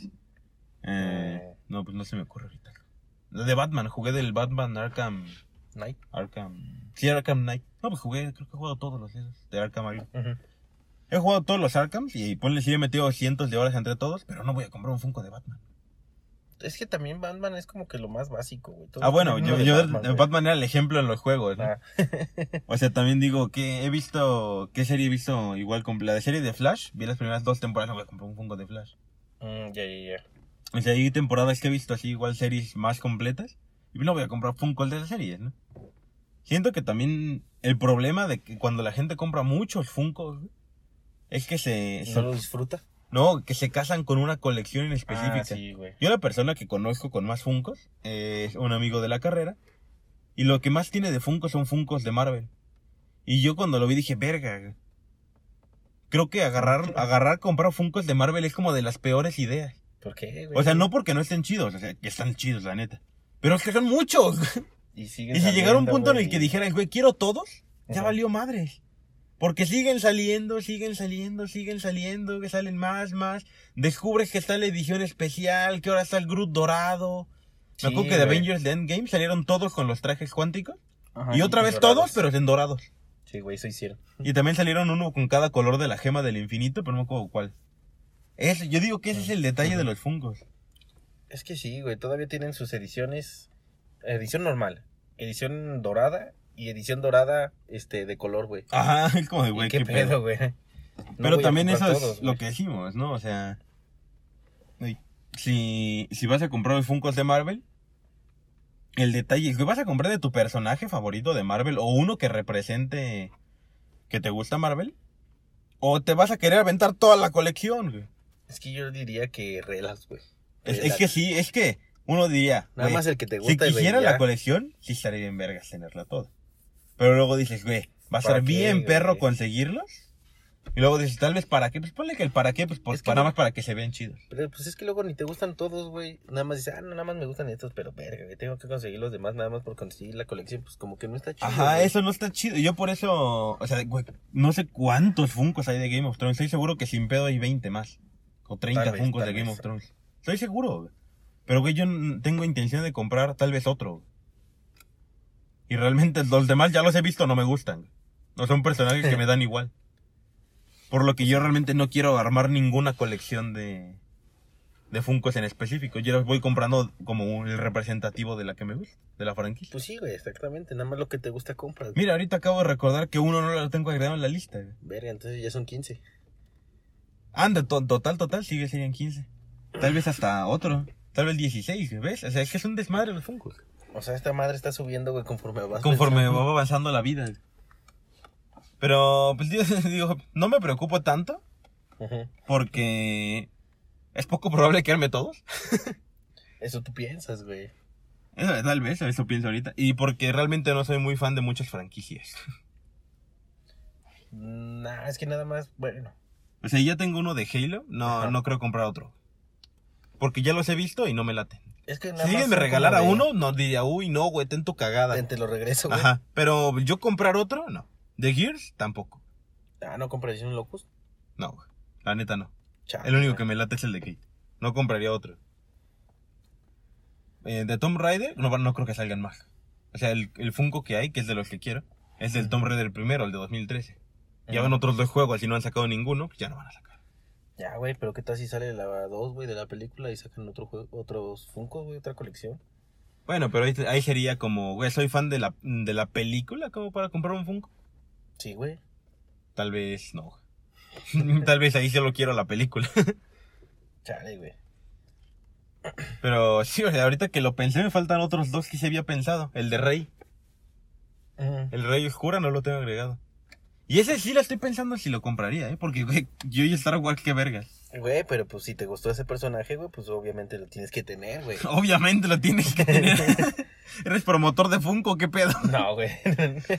Eh, no, pues no se me ocurre ahorita. Lo De Batman, jugué del Batman Arkham. mm, Night. Arkham. Sí, Arkham Knight. No, pues jugué, creo que he jugado todos los de esos, de Arkham Arkham. He jugado todos los Arkhams y ponle si he metido cientos de horas entre todos, pero no voy a comprar un Funko de Batman. Es que también Batman es como que lo más básico, güey. Todos Ah, bueno, tienen yo, uno de yo- Batman, Batman, güey. era el ejemplo en los juegos. ¿no? Ah, O sea, también digo que he visto, ¿qué serie he visto igual con la de serie de Flash? Vi las primeras dos temporadas, no voy a comprar un Funko de Flash. mm, ya, ya, ya. O sea, hay temporadas que he visto así igual series más completas y no voy a comprar Funko de las series, ¿no? Siento que también el problema de que cuando la gente compra muchos Funkos güey, es que se, ¿No lo disfruta? no, que se casan con una colección en específica. Ah, sí, güey. Yo la persona que conozco con más Funcos es un amigo de la carrera. Y lo que más tiene de Funcos son Funcos de Marvel. Y yo cuando lo vi dije, verga. Creo que agarrar, agarrar, comprar Funcos de Marvel es como de las peores ideas. ¿Por qué, güey? O sea, no porque no estén chidos, o sea, que están chidos, la neta. Pero es que son muchos. Y, Y si llegara un punto en el que dijeras, güey, quiero todos, ya valió madres. Porque siguen saliendo, siguen saliendo, siguen saliendo, que salen más, más. Descubres que está la edición especial, que ahora está el Groot dorado. Me acuerdo que de Avengers de Endgame salieron todos con los trajes cuánticos. y otra vez todos, pero en Ah, dorados. Sí, güey, eso hicieron. Y también salieron uno con cada color de la gema del infinito, pero no me acuerdo cuál. Ese- yo digo que ese es el detalle de los fungos. Es que sí, güey, todavía tienen sus ediciones. Edición normal, edición dorada y edición dorada este, de color, güey. Ajá, es como de, ¿Y güey, ¿Qué, pedo, güey? No Pero voy a también eso comprar es todos, lo güey. que decimos, ¿no? O sea, ay, si, si vas a comprar los Funkos de Marvel, el detalle es que vas a comprar de tu personaje favorito de Marvel o uno que represente que te gusta Marvel, o te vas a querer aventar toda la colección. güey. Es que yo diría que relax, güey. Es, es Relax. que sí, es que uno diría, Eh, Nada güey, más el que te si gusta, güey. quisiera la ya. colección, sí estaría bien vergas tenerla toda. Pero luego dices, güey, va a ¿Para estar qué, bien perro güey? conseguirlos. Y luego dices, tal vez para qué. Pues ponle que el para qué, pues, pues Es que para no- más para que se vean chidos. Pero pues es que luego ni te gustan todos, güey. Nada más dices, ah, no, nada más me gustan estos, pero verga, güey, tengo que conseguir los demás nada más por conseguir la colección. Pues como que no está chido. Ajá, güey. eso no está chido. Yo por eso, o sea, güey, no sé cuántos Funkos hay de Game of Thrones. Estoy seguro que sin pedo hay 20 más. O 30 Tal vez, Funkos de tal Game vez. of Thrones. Estoy seguro. güey. Pero güey, yo n- tengo intención de comprar tal vez otro. Y realmente los demás ya los he visto, no me gustan. O sea, un personaje que me dan igual. Por lo que yo realmente no quiero armar ninguna colección de, de Funkos en específico. Yo los voy comprando como el representativo de la que me gusta, de la franquicia. Pues sí, güey, exactamente. Nada más lo que te gusta compras. güey. Mira, ahorita acabo de recordar que uno no lo tengo agregado en la lista. güey. Verga, entonces ya son 15. Anda, to- total, total, sigue serían 15. Tal vez hasta otro. Tal vez 16, güey, ¿ves? O sea, es que es un desmadre los Funkos. O sea, esta madre está subiendo, güey, conforme vas. Ah, Conforme pensando. va avanzando la vida. güey. Pero, pues digo- digo, no me preocupo tanto. Ujú. Porque es poco probable que arme todos. Eso tú piensas, güey. Eso- Tal vez, eso pienso ahorita. Y porque realmente no soy muy fan de muchas franquicias. Nah, es que nada más, bueno. O sea, ya tengo uno de Halo, no, Ajá. no creo comprar otro. Porque ya los he visto y no me laten. Es que Si nada más. alguien me son regalara como de- uno, no diría, uy, no, güey, ten tu cagada. Ten, Te lo regreso, güey. Ajá. Pero yo comprar otro, no. De Gears, tampoco. Ah, no compras un locus. No, güey. La neta no. Chao. El único que me late es el de Kate. No compraría otro. Eh, de Tomb Raider, no, no creo que salgan más. O sea, el, el Funko que hay, que es de los que quiero, es del Tomb Raider primero, el de 2013. Ya van otros dos juegos y no han sacado ninguno, pues ya no van a sacar. Ya, güey, pero qué tal si sale la 2, güey, de la película y sacan otro juego, otros Funko, güey, otra colección. Bueno, pero ahí, ahí sería como, güey, soy fan de la, de la película como para comprar un Funko. Sí, güey. Tal vez no. Tal vez ahí solo quiero la película. Chale, güey. Pero sí, o sea, ahorita que lo pensé me faltan otros dos que se había pensado. El de Rey. Ujú. El Rey Oscura no lo tengo agregado. Y ese sí la estoy pensando si lo compraría, ¿eh? Porque, güey, yo y Star Wars, qué vergas. Güey, pero pues si te gustó ese personaje, güey, pues obviamente lo tienes que tener, güey. Obviamente lo tienes que tener. Eres promotor de Funko, qué pedo. No, güey.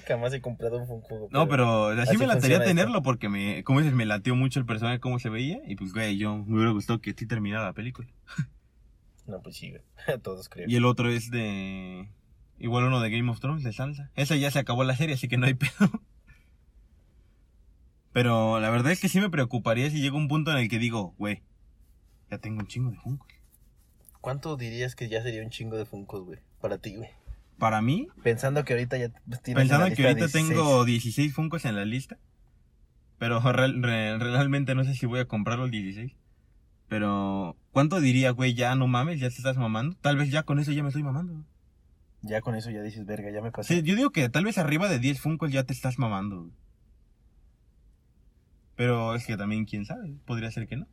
Jamás he comprado un Funko. güey, No, pero así Así me latería funciona esto. tenerlo porque me, como dices, me latió mucho el personaje, cómo se veía. Y pues, güey, yo me hubiera gustado que sí terminara la película. No, pues sí, güey. A todos creo. Y el otro es de. Igual uno de Game of Thrones, de Sansa. Esa ya se acabó la serie, así que no hay pedo. Pero la verdad es que sí me preocuparía si llega un punto en el que digo, güey, ya tengo un chingo de Funko. ¿Cuánto dirías que ya sería un chingo de Funkos, güey? Para ti, güey. Para mí, Pensando que ahorita ya pues, tienes en pensando la que lista ahorita 16. tengo 16 Funkos en la lista. Pero real- re- realmente no sé si voy a comprar los 16. Pero, ¿cuánto diría, güey? Ya no mames, ya te estás mamando. Tal vez ya con eso ya me estoy mamando. Ya con eso ya dices, verga, ya me pasé. Sí, yo digo que tal vez arriba de 10 Funkos ya te estás mamando. güey. Pero es que también, quién sabe, podría ser que no.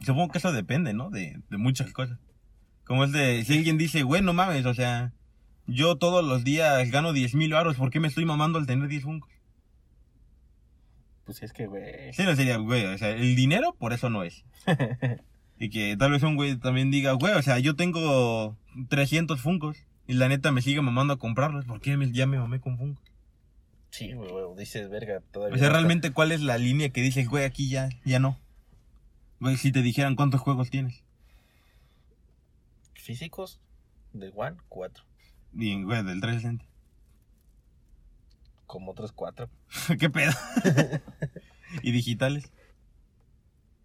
Supongo que eso depende, ¿no? De, de muchas cosas. Como es de, si alguien dice, güey, no mames, o sea, yo todos los días gano 10 mil baros, ¿por qué me estoy mamando al tener 10 Funkos? Pues es que, güey. Sí, no sería, güey, o sea, el dinero por eso no es. Y que tal vez un güey también diga, güey, o sea, yo tengo 300 Funkos y la neta me sigue mamando a comprarlos, ¿por qué me- ya me mamé con Funkos? Sí, güey, güey. Dices, verga, todavía. O sea, no está- realmente, ¿cuál es la línea que dices, güey, aquí ya, ya no? Güey, si te dijeran cuántos juegos tienes. Físicos de One, 4. Bien, güey, del 360. Como otros 4. ¿Qué pedo? ¿Y digitales?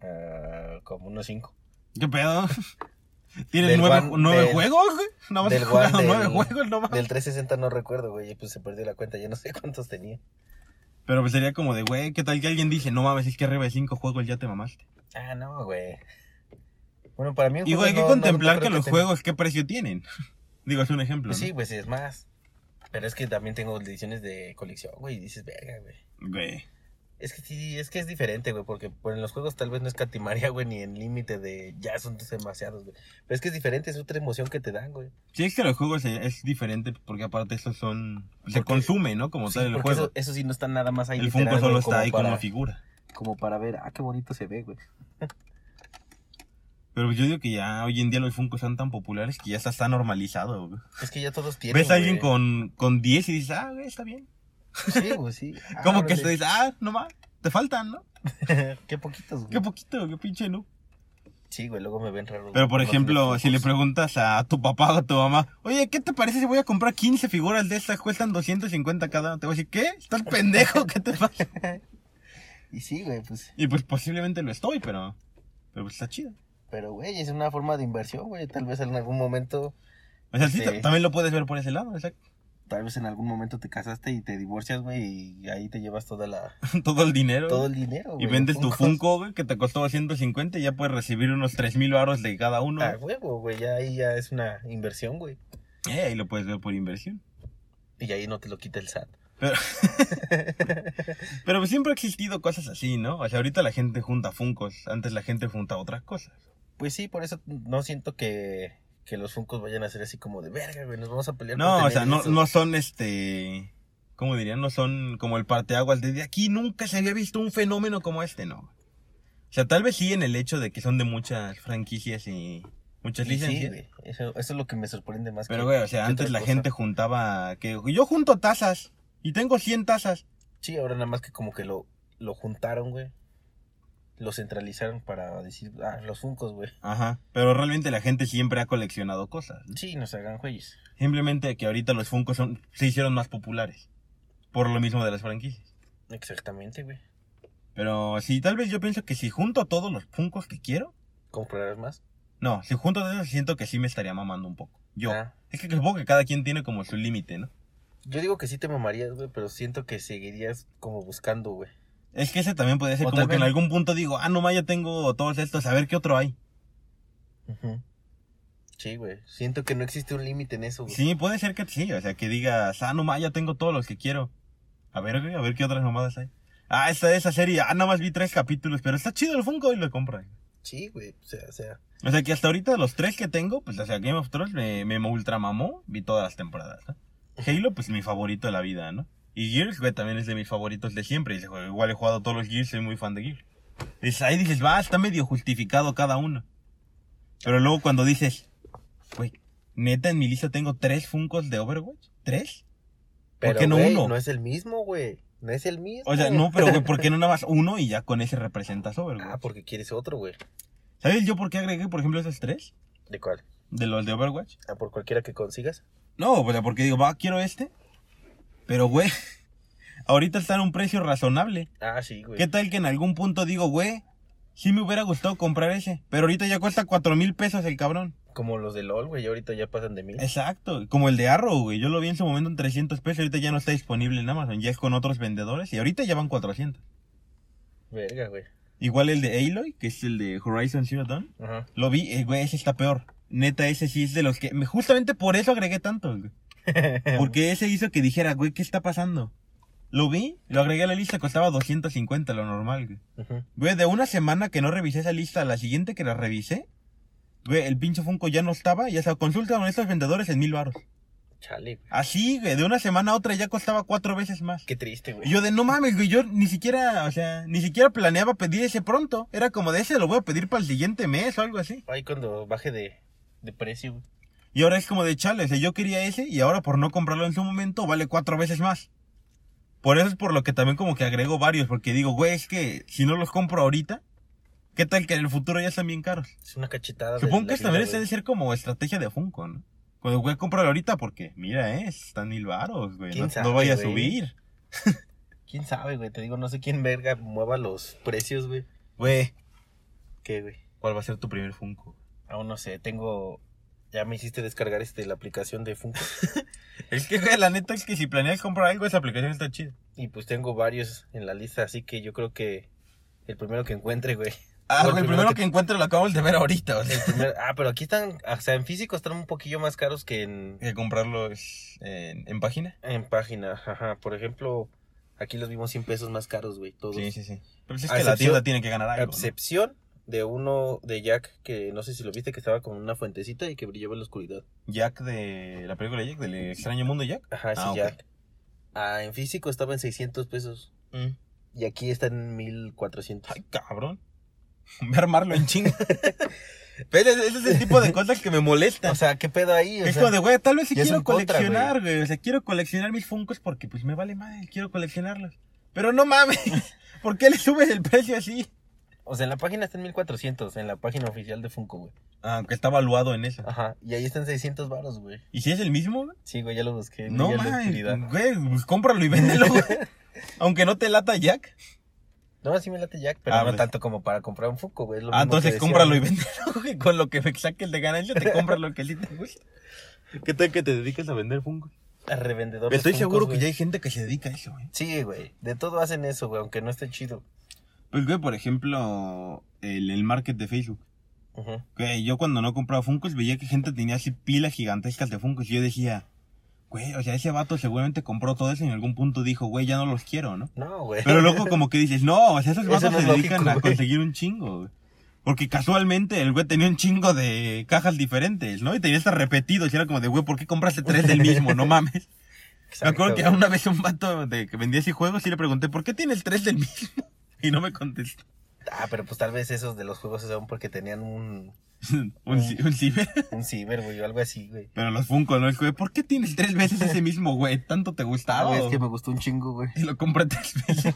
Ah, como unos 5. ¿Qué pedo? ¿Tienes Del nueve, One- nueve del- juegos, güey? No más del he One, jugado del- nueve juegos, no mames. Del 360 no recuerdo, güey. y Pues se perdió la cuenta. Ya no sé cuántos tenía. Pero pues sería como de, güey, ¿qué tal que alguien dice, no mames, es que arriba de cinco juegos ya te mamaste? Ah, no, güey. Bueno, para mí. un Y juego güey, hay que no- no- no contemplar creo que los tenga- juegos, ¿qué precio tienen? Digo, es un ejemplo, Pues ¿no? sí, pues es más. Pero es que también tengo ediciones de colección, güey. Y dices, verga, güey. Güey. Es que sí, es que es diferente, güey, porque por en los juegos tal vez no es catimaria, güey, ni en límite de ya son demasiados, güey. Pero es que es diferente, es otra emoción que te dan, güey. Sí, es que los juegos es, es diferente porque aparte esos son... Se Porque- consume, ¿no? Como Sí, tal el porque juego. Eso, eso sí no está nada más ahí. El literal, Funko solo güey, está ahí como para, figura. como para ver, ah, qué bonito se ve, güey. Pero yo digo que ya hoy en día los Funko son tan populares que ya está, está normalizado. güey. Es que ya todos tienen. Ves a alguien güey. con, con 10 y dices, ah, güey, está bien. Sí, güey, sí. Como que se Ábrele. dice, ah, no más, te faltan, ¿no? qué poquitos, güey. Qué poquito, qué pinche, ¿no? Sí, güey, luego me ven raro. Pero güey, por no ejemplo, tiene si le focus. preguntas a tu papá o a tu mamá, oye, ¿qué te parece si voy a comprar 15 figuras de estas? Cuestan 250 cada una. Te voy a decir, ¿qué? ¿Estás pendejo? ¿Qué te pasa? Y sí, güey, pues. Y pues posiblemente lo estoy, pero, pero pues está chido. Pero, güey, es una forma de inversión, güey. Tal vez en algún momento. O sea, sí, Sí. también lo puedes ver por ese lado, exacto. tal vez en algún momento te casaste y te divorcias, güey, y ahí te llevas toda la, Todo el dinero. todo el dinero, güey. y vendes tu Funkos. Funko, güey, que te costó 150 y ya puedes recibir unos 3000 baros de cada uno. A huevo, güey, ya ahí ya es una inversión, güey. Eh, ahí lo puedes ver por inversión. Y ahí no te lo quita el SAT. Pero pues siempre ha existido cosas así, ¿no? O sea, ahorita la gente junta Funcos, antes la gente junta otras cosas. Pues sí, por eso no siento que, que los Funkos vayan a ser así como de verga, güey, nos vamos a pelear. por No, o tener sea, no, eso". no son este. ¿Cómo dirían? No son como el parteaguas. Desde aquí nunca se había visto un fenómeno como este, ¿no? O sea, tal vez sí en el hecho de que son de muchas franquicias y muchas Y sí, licencias. güey, eso, eso es lo que me sorprende más. pero, que- güey, o sea, que antes otra la cosa. gente juntaba. que Yo junto tazas y tengo 100 tazas. Sí, ahora nada más que como que lo, lo juntaron, güey. Lo centralizaron para decir, ah, los Funkos, güey. Ajá. Pero realmente la gente siempre ha coleccionado cosas. ¿no? Sí, nos hagan güeyes. Simplemente que ahorita los Funkos son, se hicieron más populares. Por lo mismo de las franquicias. Exactamente, güey. Pero sí, tal vez yo pienso que si junto todos los Funkos que quiero. ¿Comprarás más? No, si junto a eso siento que sí me estaría mamando un poco. Yo. Ah, Es que supongo que cada quien tiene como su límite, ¿no? yo digo que sí te mamarías, güey, pero siento que seguirías como buscando, güey. Es que ese también puede ser O como tal que en vez- algún punto digo, ah, no más, ya tengo todos estos, a ver qué otro hay. Ujú. Sí, güey. Siento que no existe un límite en eso, güey. Sí, puede ser que sí, o sea, que digas, ah, no más, ya tengo todos los que quiero. A ver, güey, a ver qué otras nomadas hay. Ah, esta de esa serie, ah, nada más vi tres capítulos, pero está chido el Funko y lo compro. Sí, güey. O sea, o sea, O sea, que hasta ahorita los tres que tengo, pues, o sea, Game of Thrones me, me ultramamó, vi todas las temporadas, ¿no? Halo, pues, mi favorito de la vida, ¿no? Y Gears, güey, también es de mis favoritos de siempre. Y, güey, igual he jugado todos los Gears, soy muy fan de Gears. Es- ahí dices, va, está medio justificado cada uno. Pero luego cuando dices, güey, neta, en mi lista tengo tres Funkos de Overwatch. ¿Tres? pero qué no güey, uno? no es el mismo, güey. No es el mismo. O sea, no, pero, güey, ¿por qué no nada más uno y ya con ese representas Overwatch? Ah, porque quieres otro, güey. ¿Sabes yo por qué agregué, por ejemplo, esos tres? ¿De cuál? De los de Overwatch. Ah, por cualquiera que consigas. No, o sea, porque digo, va, quiero este. Pero, güey, ahorita está en un precio razonable. Ah, sí, güey. ¿Qué tal que en algún punto digo, güey, sí me hubiera gustado comprar ese? Pero ahorita ya cuesta cuatro mil pesos el cabrón. Como los de LOL, güey. Ahorita ya pasan de mil. Exacto, como el de Arrow, güey. Yo lo vi en su momento en 300 pesos, ahorita ya no está disponible en Amazon, ya es con otros vendedores y ahorita ya van 400. Verga, güey. Igual el de Aloy, que es el de Horizon Zero Dawn, Ajá. lo vi, eh, güey, ese está peor. Neta, ese sí es de los que... me- Justamente por eso agregué tantos, güey. Porque ese hizo que dijera, güey, ¿qué está pasando? Lo vi, lo agregué a la lista, costaba 250, lo normal, güey. Ujú. Güey, de una semana que no revisé esa lista a la siguiente que la revisé, güey, el pinche Funko ya no estaba, ya se consulta con estos vendedores en mil baros. Chale, güey. Así, güey, de una semana a otra ya costaba cuatro veces más. Qué triste, güey. Y yo de, no mames, güey, yo ni siquiera, o sea, ni siquiera planeaba pedir ese pronto. Era como de ese, lo voy a pedir para el siguiente mes o algo así. Ay, cuando baje de, de precio, güey. Y ahora es como de chale, o sea, yo quería ese y ahora por no comprarlo en su momento vale cuatro veces más. Por eso es por lo que también como que agrego varios, porque digo, güey, es que si no los compro ahorita, ¿qué tal que en el futuro ya están bien caros? Es una cachetada. de Supongo la que esto vida, también güey. debe ser como estrategia de Funko, ¿no? Cuando voy a comprarlo ahorita porque, mira, eh, están mil varos, güey, no, ¿Quién sabe, no vaya a güey? subir. ¿Quién sabe, güey? Te digo, no sé quién verga mueva los precios, güey. Güey, ¿Qué, güey? ¿cuál va a ser tu primer Funko? Aún no sé, tengo... Ya me hiciste descargar este, la aplicación de Funko. Es que, güey, la neta es que si planeas comprar algo, esa aplicación está chida. Y pues tengo varios en la lista, así que yo creo que el primero que encuentre, güey. Ah, O el güey, primero el primero que- que encuentro lo acabamos de ver ahorita, o sea. El primer- ah, pero aquí están, o sea, en físico están un poquillo más caros que en, Que comprarlos en, en página. en página. Ajá, por ejemplo, aquí los vimos 100 pesos más caros, güey, todos. Sí, sí, sí. Pero pues es A que la excepción- tienda tiene que ganar A algo. ¿no? excepción de uno de Jack, que no sé si lo viste, que estaba con una fuentecita y que brillaba en la oscuridad. Jack de la película de Jack, del extraño mundo de Jack. Ajá, ese Ah, ok. Jack. Ah, en físico estaba en 600 pesos. Mm. Y aquí está en 1400. Ay, cabrón. Voy a armarlo en chinga. Pero ese ese es el tipo de cosas que me molestan. O sea, ¿qué pedo ahí? O es sea, como de, güey, tal vez sí ya es quiero un contra, coleccionar, güey. O sea, quiero coleccionar mis Funkos porque pues me vale madre, quiero coleccionarlos. Pero no mames, ¿por qué le subes el precio así? o sea, en la página está en 1400, en la página oficial de Funko, güey. Aunque Ah, está valuado en eso. Ajá, y ahí están 600 baros, güey. ¿Y si es el mismo? güey? Sí, güey, ya lo busqué. No brilla en la mames, oscuridad. güey, pues cómpralo y véndelo, güey. Aunque no te lata Jack. No, sí me late Jack, pero Ah, no pues. tanto como para comprar un Funko, güey. es lo mismo Ah, que entonces decía, cómpralo y güey. véndelo, güey. Con lo que me saques de ganancia, te compras lo que sí te gusta. ¿Qué tal que te dediques a vender Funko? a revendedor. de Estoy Funkos, seguro que güey. ya hay gente que se dedica a eso, güey. Sí, güey. De todo hacen eso, güey, aunque no esté chido. Pues, güey, por ejemplo, el, el market de Facebook. Ujú. Güey, yo cuando no compraba Funkos veía que gente tenía así pilas gigantescas de Funkos. Y yo decía, güey, o sea, ese vato seguramente compró todo eso y en algún punto dijo, güey, ya no los quiero, ¿no? No, güey. Pero luego como que dices, no, o sea, esos Eso vatos no es se dedican lógico, a güey. conseguir un chingo, güey. Porque casualmente el güey tenía un chingo de cajas diferentes, ¿no? Y tenía hasta repetidos. Y era como de, güey, ¿por qué compraste tres del mismo? No mames. Me Exacto, acuerdo que güey. una vez un vato de, que vendía así juegos y le pregunté, ¿por qué tienes tres del mismo? Y no me contestó. Ah, pero pues tal vez esos de los juegos son porque tenían un, un, ci- un ciber. un ciber, güey, o algo así, güey. Pero los Funko, ¿no? El güey, ¿por qué tienes tres veces ese mismo, güey? ¿Tanto te gustaba? güey, o- Ah, me gustó un chingo, güey. Y lo compré tres veces.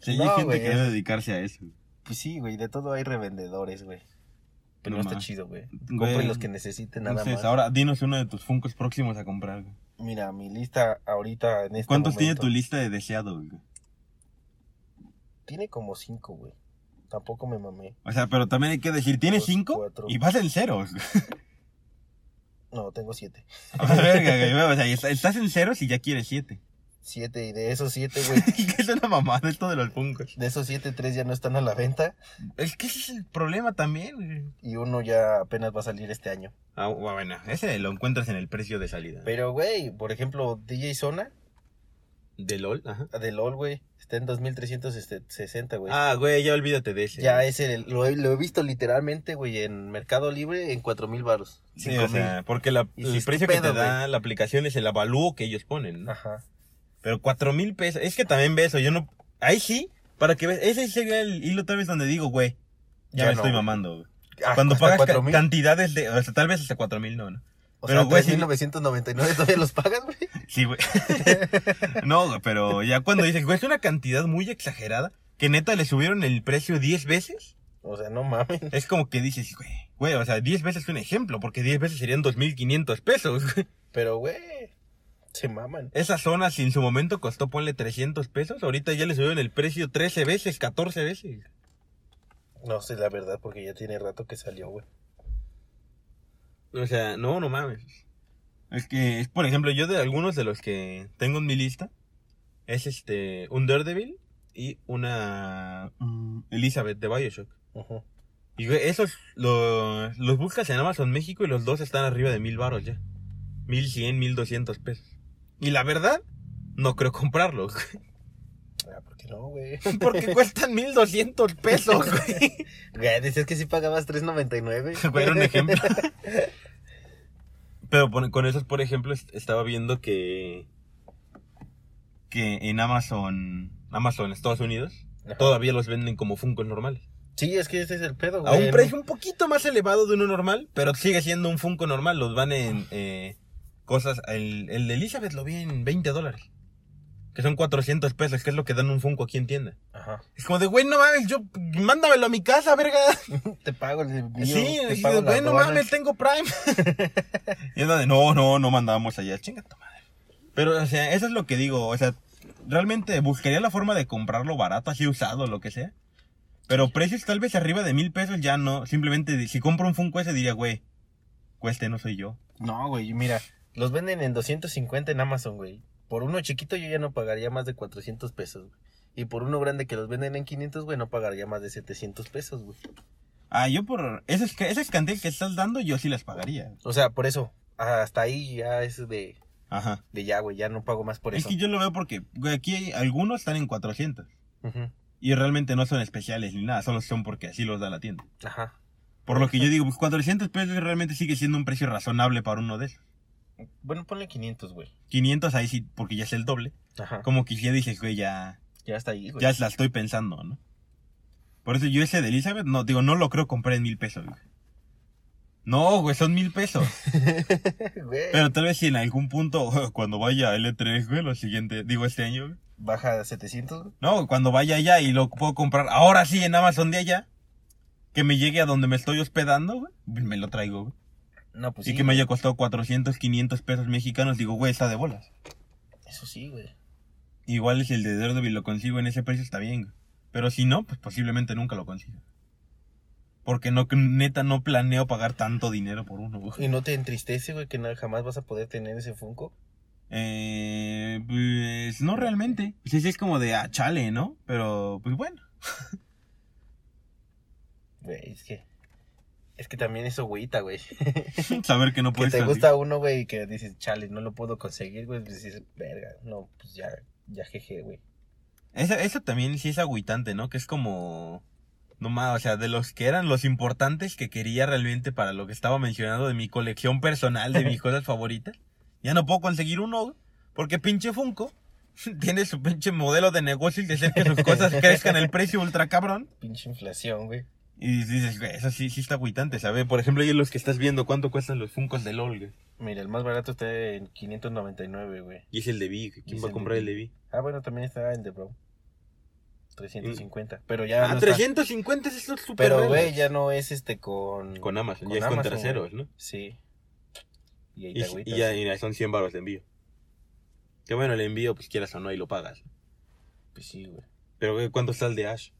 Sí, hay No, gente güey, que es- debe dedicarse a eso. Pues sí, güey, de todo hay revendedores, güey. Pero no, No está más. chido, güey. Güey, Compren los que necesiten, nada Entonces, más. ahora dinos uno de tus Funkos próximos a comprar. güey. Mira, mi lista ahorita en este ¿Cuántos tiene momento- tu lista de deseado? güey? Tiene como cinco, güey. Tampoco me mamé. O sea, pero también hay que decir, ¿tienes Dos, cinco? cuatro. Y vas en ceros. güey. No, tengo siete. O sea, verga, güey, o sea, est- estás en ceros y ya quieres siete. Siete, y de esos siete, güey. es una mamada esto de los Funkos. De esos siete, tres ya no están a la venta. Es que ese es el problema también. güey. Y uno ya apenas va a salir este año. Ah, bueno, ese lo encuentras en el precio de salida. Pero, güey, por ejemplo, DJ Zona De LOL, ajá. de LOL, güey, está en 2360, este, güey. Ah, güey, ya olvídate de ese. Ya es el, lo, he, lo he visto literalmente, güey, en Mercado Libre en 4000 baros. Sí, 5000. o sea, porque la- Y el dices, precio ¿qué que te pedo, Ah. da la aplicación es el avalúo que ellos ponen, ¿no? Ajá. Pero cuatro mil pesos, es que también ve eso, yo no... Ahí sí, para que veas, ese sería el hilo tal vez donde digo, güey, Ya ya, me no, estoy güey. mamando, güey. Ah, Cuando hasta pagas ca- 4000. cantidades de, o sea, tal vez hasta cuatro mil, no, no. O pero, sea, güey, 3999 todavía los pagas, güey. Sí, güey. no, güey, pero ya cuando dices, güey, es una cantidad muy exagerada, que neta le subieron el precio 10 veces, O sea, no mames. es como que dices, güey, güey, o sea, 10 veces es un ejemplo, porque 10 veces serían 2.500 pesos, güey. Pero, güey, se maman. Esa zona, si en su momento costó, ponle 300 pesos, ahorita ya le subieron el precio 13 veces, 14 veces. No sé la verdad porque ya tiene rato que salió, güey. O sea, no, no mames. Es que, es, por ejemplo, yo de algunos de los que tengo en mi lista, es este, un Daredevil y una mm, Elizabeth de Bioshock. Ujú. Y güey, esos los, los buscas en Amazon México y los dos están arriba de mil baros ya. Mil cien, mil doscientos pesos. Y la verdad, no creo comprarlos. Ah, ¿por qué no, güey? Porque cuestan mil doscientos pesos, güey. Güey, decías que sí pagabas 399. Fue un ejemplo. Pero pon- con esos, por ejemplo, est- estaba viendo que. Que en Amazon. Amazon, Estados Unidos. Ajá. Todavía los venden como Funkos normales. Sí, es que ese es el pedo, A güey. un precio un poquito más elevado de uno normal, pero sigue siendo un Funko normal. Los van en eh, cosas. El, el de Elizabeth lo vi en 20 dólares. Que son 400 pesos, que es lo que dan un Funko aquí en tienda. Ajá. Es como de, güey, no mames, yo, mándamelo a mi casa, verga. Te pago el envío, Sí, te y pago las dices, bueno, aduanas. mames, tengo Prime. y es donde, no, no, no mandamos allá, chinga tu madre. Pero, o sea, eso es lo que digo, o sea, realmente buscaría la forma de comprarlo barato, así usado, lo que sea. Pero precios tal vez arriba de mil pesos ya no, simplemente di- si compro un Funko ese diría, güey, cueste, no soy yo. No, güey, mira, los venden en 250 en Amazon, güey. Por uno chiquito yo ya no pagaría más de 400 pesos, güey. Y por uno grande que los venden en 500, güey, no pagaría más de 700 pesos, güey. Ah, yo por esas, ca- esas cantidades que estás dando, yo sí las pagaría. O sea, por eso, hasta ahí ya es de, Ajá. de ya, güey, ya no pago más por es eso. que yo lo veo porque güey, aquí hay- algunos están en 400 Ujú, y realmente no son especiales ni nada, solo son porque así los da la tienda. Ajá. Por lo que yo digo, pues 400 pesos realmente sigue siendo un precio razonable para uno de esos. Bueno, ponle 500, güey. 500 ahí sí, porque ya es el doble. Ajá. Como que ya dices, güey, ya, Ya hasta ahí, güey. ya la estoy pensando, ¿no? Por eso yo ese de Elizabeth, no, digo, no lo creo comprar en mil pesos, güey. No, güey, son mil pesos. Güey, Pero tal vez si en algún punto, cuando vaya a L3, güey, lo siguiente, digo este año, güey. Baja a 700, güey. No, cuando vaya allá y lo puedo comprar ahora sí en Amazon de allá, que me llegue a donde me estoy hospedando, güey, me lo traigo, güey. No, pues y sí, que me güey. haya costado 400, 500 pesos mexicanos, digo, güey, está de bolas. Eso sí, güey. Igual es el de Daredevil lo consigo en ese precio, está bien. güey. Pero si no, pues posiblemente nunca lo consiga. Porque no, neta, no planeo pagar tanto dinero por uno, güey. ¿Y no te entristece, güey, que no- jamás vas a poder tener ese Funko? Eh, pues no realmente. Sí, sí es como de ah, chale, ¿no? Pero pues bueno. Güey, es que. Es que también eso güeyita, güey. Saber que no Que puedes. te conseguir. gusta uno, güey, y que dices, chale, no lo puedo conseguir, güey. Pues dices, verga, no, pues ya, ya jeje, güey. Eso, eso también sí es agüitante, ¿no? Que es como. No más, o sea, de los que eran los importantes que quería realmente para lo que estaba mencionando de mi colección personal de mis cosas favoritas. Ya no puedo conseguir uno, güey, porque pinche Funko tiene su pinche modelo de negocio y de hacer que sus cosas crezcan el precio ultra cabrón. Pinche inflación, güey. Y dices, güey, eso sí, sí está agüitante, ¿sabes? Por ejemplo, ahí los que estás viendo, ¿cuánto cuestan los Funcos de LOL, güey? Mira, el más barato está en 599, güey. Y es el de Vi, Y ¿quién es va a el comprar de el de Vi. Vi? Ah, bueno, también está el de Bro. 350. Pero ya. Ah, no está- 350 es lo super Pero, verga. güey, ya no es este con. Con Amazon, con ya es con Amazon, terceros, güey. ¿no? Sí. Y ahí Y, te si- agüitas. y ya mira, son 100 baros de envío. Que bueno, el envío, pues quieras o no, y lo pagas. Pues sí, güey. Pero ¿qué- ¿cuánto está el de Ash?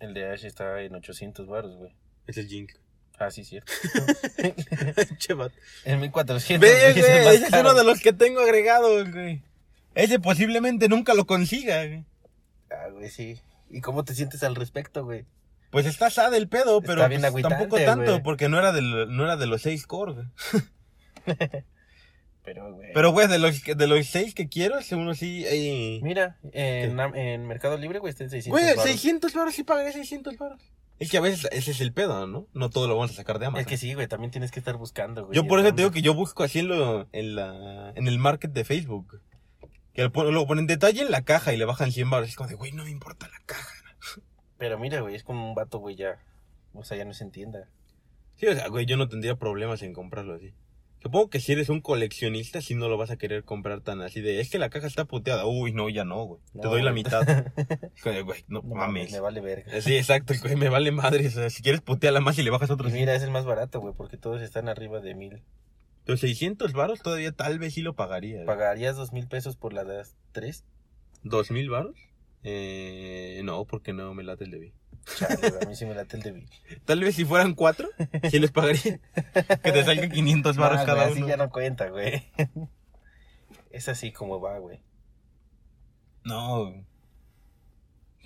El de Ash está en 800 baros, güey. Es el Jink. Ah, sí, cierto. che, vato. en 1400. Ve, güey, es el güey, más ese es caro. uno de los que tengo agregados, güey. Ese posiblemente nunca lo consiga, güey. Ah, güey, sí. ¿Y cómo te sientes al respecto, güey? Pues está sad el pedo, Está pero bien pues, agüitante, tampoco tanto, güey. porque no era, de, lo- no era de los seis core, güey. Pero, güey. Pero, güey, de los, que- de los seis que quiero, ese uno sí... eh, Mira, en, Am- en Mercado Libre, güey, está en 600 Güey, baros. 600 baros, sí pagaré 600 baros. Es que a veces ese es el pedo, ¿no? No todo lo vamos a sacar de Amazon. Es que sí, güey, también tienes que estar buscando, güey. Yo por eso te digo entonces- que yo busco así en, lo- en, la, en el market de Facebook. Que lo pon- lo ponen detalle en la caja y le bajan 100 baros. Es como de, güey, no me importa la caja. Pero mira, güey, es como un vato, güey, ya. O sea, ya no se entienda. Sí, o sea, güey, yo no tendría problemas en comprarlo así. Supongo que si eres un coleccionista, si no lo vas a querer comprar tan así de, es que la caja está puteada. Uy, no, ya no, güey. No, Te doy la güey. mitad. Es como de, güey, no No mames, mames. me vale verga. Sí, exacto, güey, me vale madre. O sea, si quieres putearla más y le bajas Y otros mira, es el más barato, güey, porque todos están arriba de mil. Los 600 baros todavía tal vez sí lo pagaría. güey. ¿Pagarías dos mil pesos por las das tres? ¿Dos mil baros? Eh, no, porque no me late el de vi. Chale, güey, a mí sí me late el de mil. Tal vez si fueran cuatro, sí les pagaría. Que te salgan 500 barras No, cada güey, así uno. ya no cuenta, güey. Es así como va, güey. No.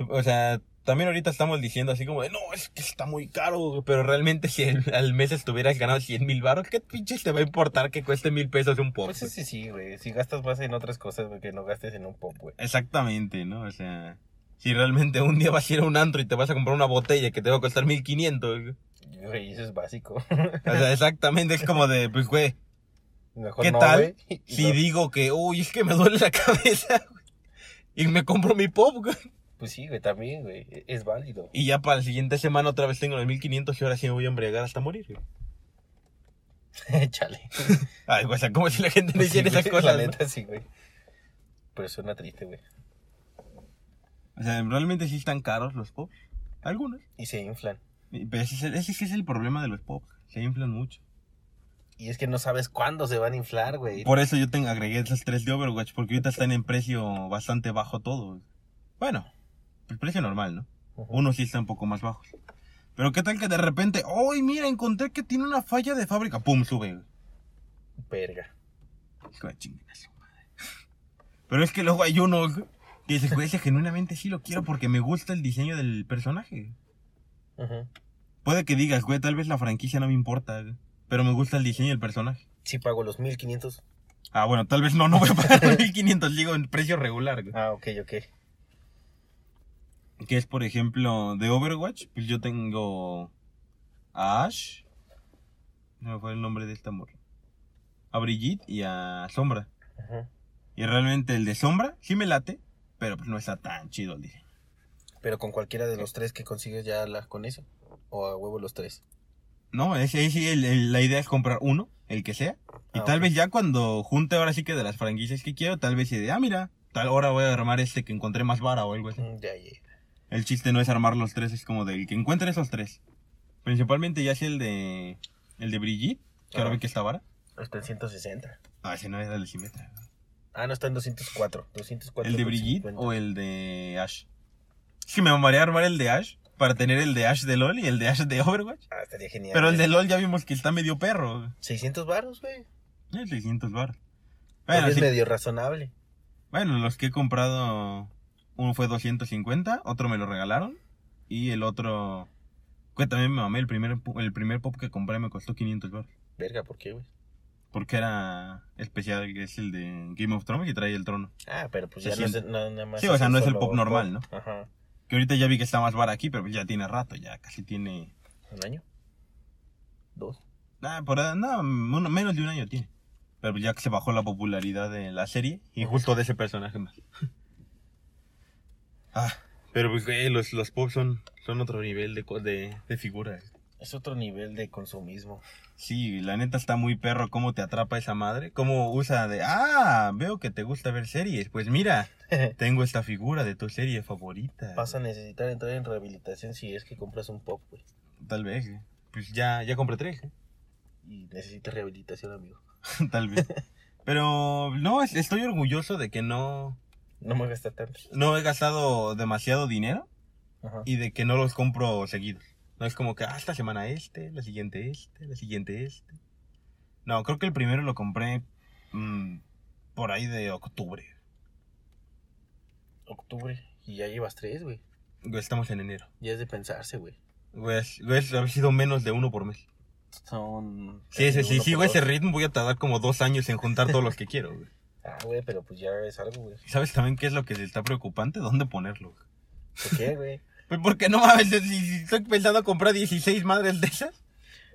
O sea, también ahorita estamos diciendo así como de, no, es que está muy caro, güey", pero realmente si el- al mes estuvieras ganando 100 mil baros, ¿qué pinches te va a importar que cueste mil pesos un pop? Pues sí, sí, güey. Si gastas más en otras cosas, güey, que no gastes en un pop, güey. Exactamente, ¿no? O sea, si realmente un día vas a ir a un antro y te vas a comprar una botella que te va a costar 1500, güey. Güey, eso es básico. o sea, exactamente, es como de, pues, güey, Mejor ¿Qué no, tal güey. Y Si no. digo que, uy, es que me duele la cabeza, güey, Y me compro mi pop, güey. Pues sí, güey, también, güey. e- Es válido. Y ya para la siguiente semana otra vez tengo los 1500 y ahora sí me voy a embriagar hasta morir, güey. Chale. Ay, güey, o sea, como si Pues la gente no Sí, hiciera güey, esas cosas. La ¿no? neta, sí, güey. Pero suena triste, güey. O sea, realmente sí están caros los pops. Algunos. Y se inflan. Y- Pero ese es el, ese sí es el problema de los pops. Se inflan mucho. Y es que no sabes cuándo se van a inflar, güey. Por eso yo te agregué esas tres de Overwatch, porque ahorita están en precio bastante bajo todos. Bueno, el precio normal, ¿no? Ujú. Unos sí están un poco más bajos. Pero qué tal que de repente, ¡ay, mira! Encontré que tiene una falla de fábrica. ¡Pum! Sube. güey. Verga. Hijo de chinguen a su madre. Pero es que luego hay unos que dices, güey, ese genuinamente sí lo quiero porque me gusta el diseño del personaje. Ujú. Puede que digas, güey, tal vez la franquicia no me importa, güey, pero me gusta el diseño del personaje. Sí pago los 1500. Ah, bueno, tal vez no, no voy a pagar los 1500, digo, en precio regular, güey. Ah, ok, ok. Que es, por ejemplo, de Overwatch, pues yo tengo a Ash, no me fue el nombre de esta morra, a Brigitte y a Sombra. Ujú. Y realmente el de Sombra sí me late, pero pues no está tan chido el diseño. Pero con cualquiera de los tres que consigues ya la, con eso. O a huevo los tres. No, es, es- el- el- la idea es comprar uno, el que sea. Y Ah, tal ok. vez ya cuando junte ahora sí que de las franquicias que quiero, tal vez se de, ah, mira, tal hora voy a armar este que encontré más vara o algo así. Mm, Ya, ya. El chiste no es armar los tres, es como del que encuentre esos tres. Principalmente ya es el de, el de Brigitte, que ahora Ah. ve que está vara. Está en 160. Ah, ese no era el de Symmetra. Ah, no, está en 204. 204. ¿El de con Brigitte 50. o el de Ash? Es que me mamaría armar el de Ash para tener el de Ash de LOL y el de Ash de Overwatch. Ah, estaría genial. Pero el güey. de LOL ya vimos que está medio perro. 600 baros, güey. Eh, 600 bar. Porque Bueno, Pues es sí. medio razonable. Bueno, los que he comprado, uno fue 250, otro me lo regalaron y el otro... Que también me mamé, el primer, pu- el primer pop que compré me costó 500 baros. Verga, ¿por qué, güey? Porque era especial, que es el de Game of Thrones que trae el trono. Ah, pero pues Se ya no es, siente. no, nada más Sí, o sea, es no es el solo pop normal, ¿no? Ajá. Que ahorita ya vi que está más bar aquí, pero ya tiene rato, ya casi tiene... ¿Un año? ¿Dos? Ah, por ahí- no, uno- menos de un año tiene. Pero ya que se bajó la popularidad de la serie y justo de ese personaje más. Ah, pero pues, güey, los, los pop son, son otro nivel de, co- de, de figuras. Es otro nivel de consumismo. Sí, la neta está muy perro cómo te atrapa esa madre. Cómo usa de, ah, veo que te gusta ver series. Pues mira, tengo esta figura de tu serie favorita. Vas a necesitar entrar en rehabilitación si es que compras un pop, güey. Tal vez. güey. Pues ya, ya compré tres. ¿eh? Y necesitas rehabilitación, amigo. Tal vez. Pero no, es- estoy orgulloso de que no, No me gasta tanto. no he gastado demasiado dinero Ajá. y de que no los compro seguidos. No es como que, ah, esta semana este, la siguiente este, la siguiente este. No, creo que el primero lo compré mm, por ahí de octubre. Octubre. Y ya llevas tres, güey. Güey, Estamos en enero. Ya es de pensarse, güey. Güey, es- güey, es- Pues, ha sido menos de uno por mes. Son. Sí, sí, casi sí, Eh, uno sigo por ese dos. ritmo, voy a tardar como dos años en juntar todos los que quiero. güey. Ah, güey, pero pues ya es algo, güey. ¿Sabes también qué es lo que se está preocupante? ¿Dónde ponerlo? güey? ¿Por qué, güey? Pues porque no mames, si, si estoy pensando comprar 16 madres de esas.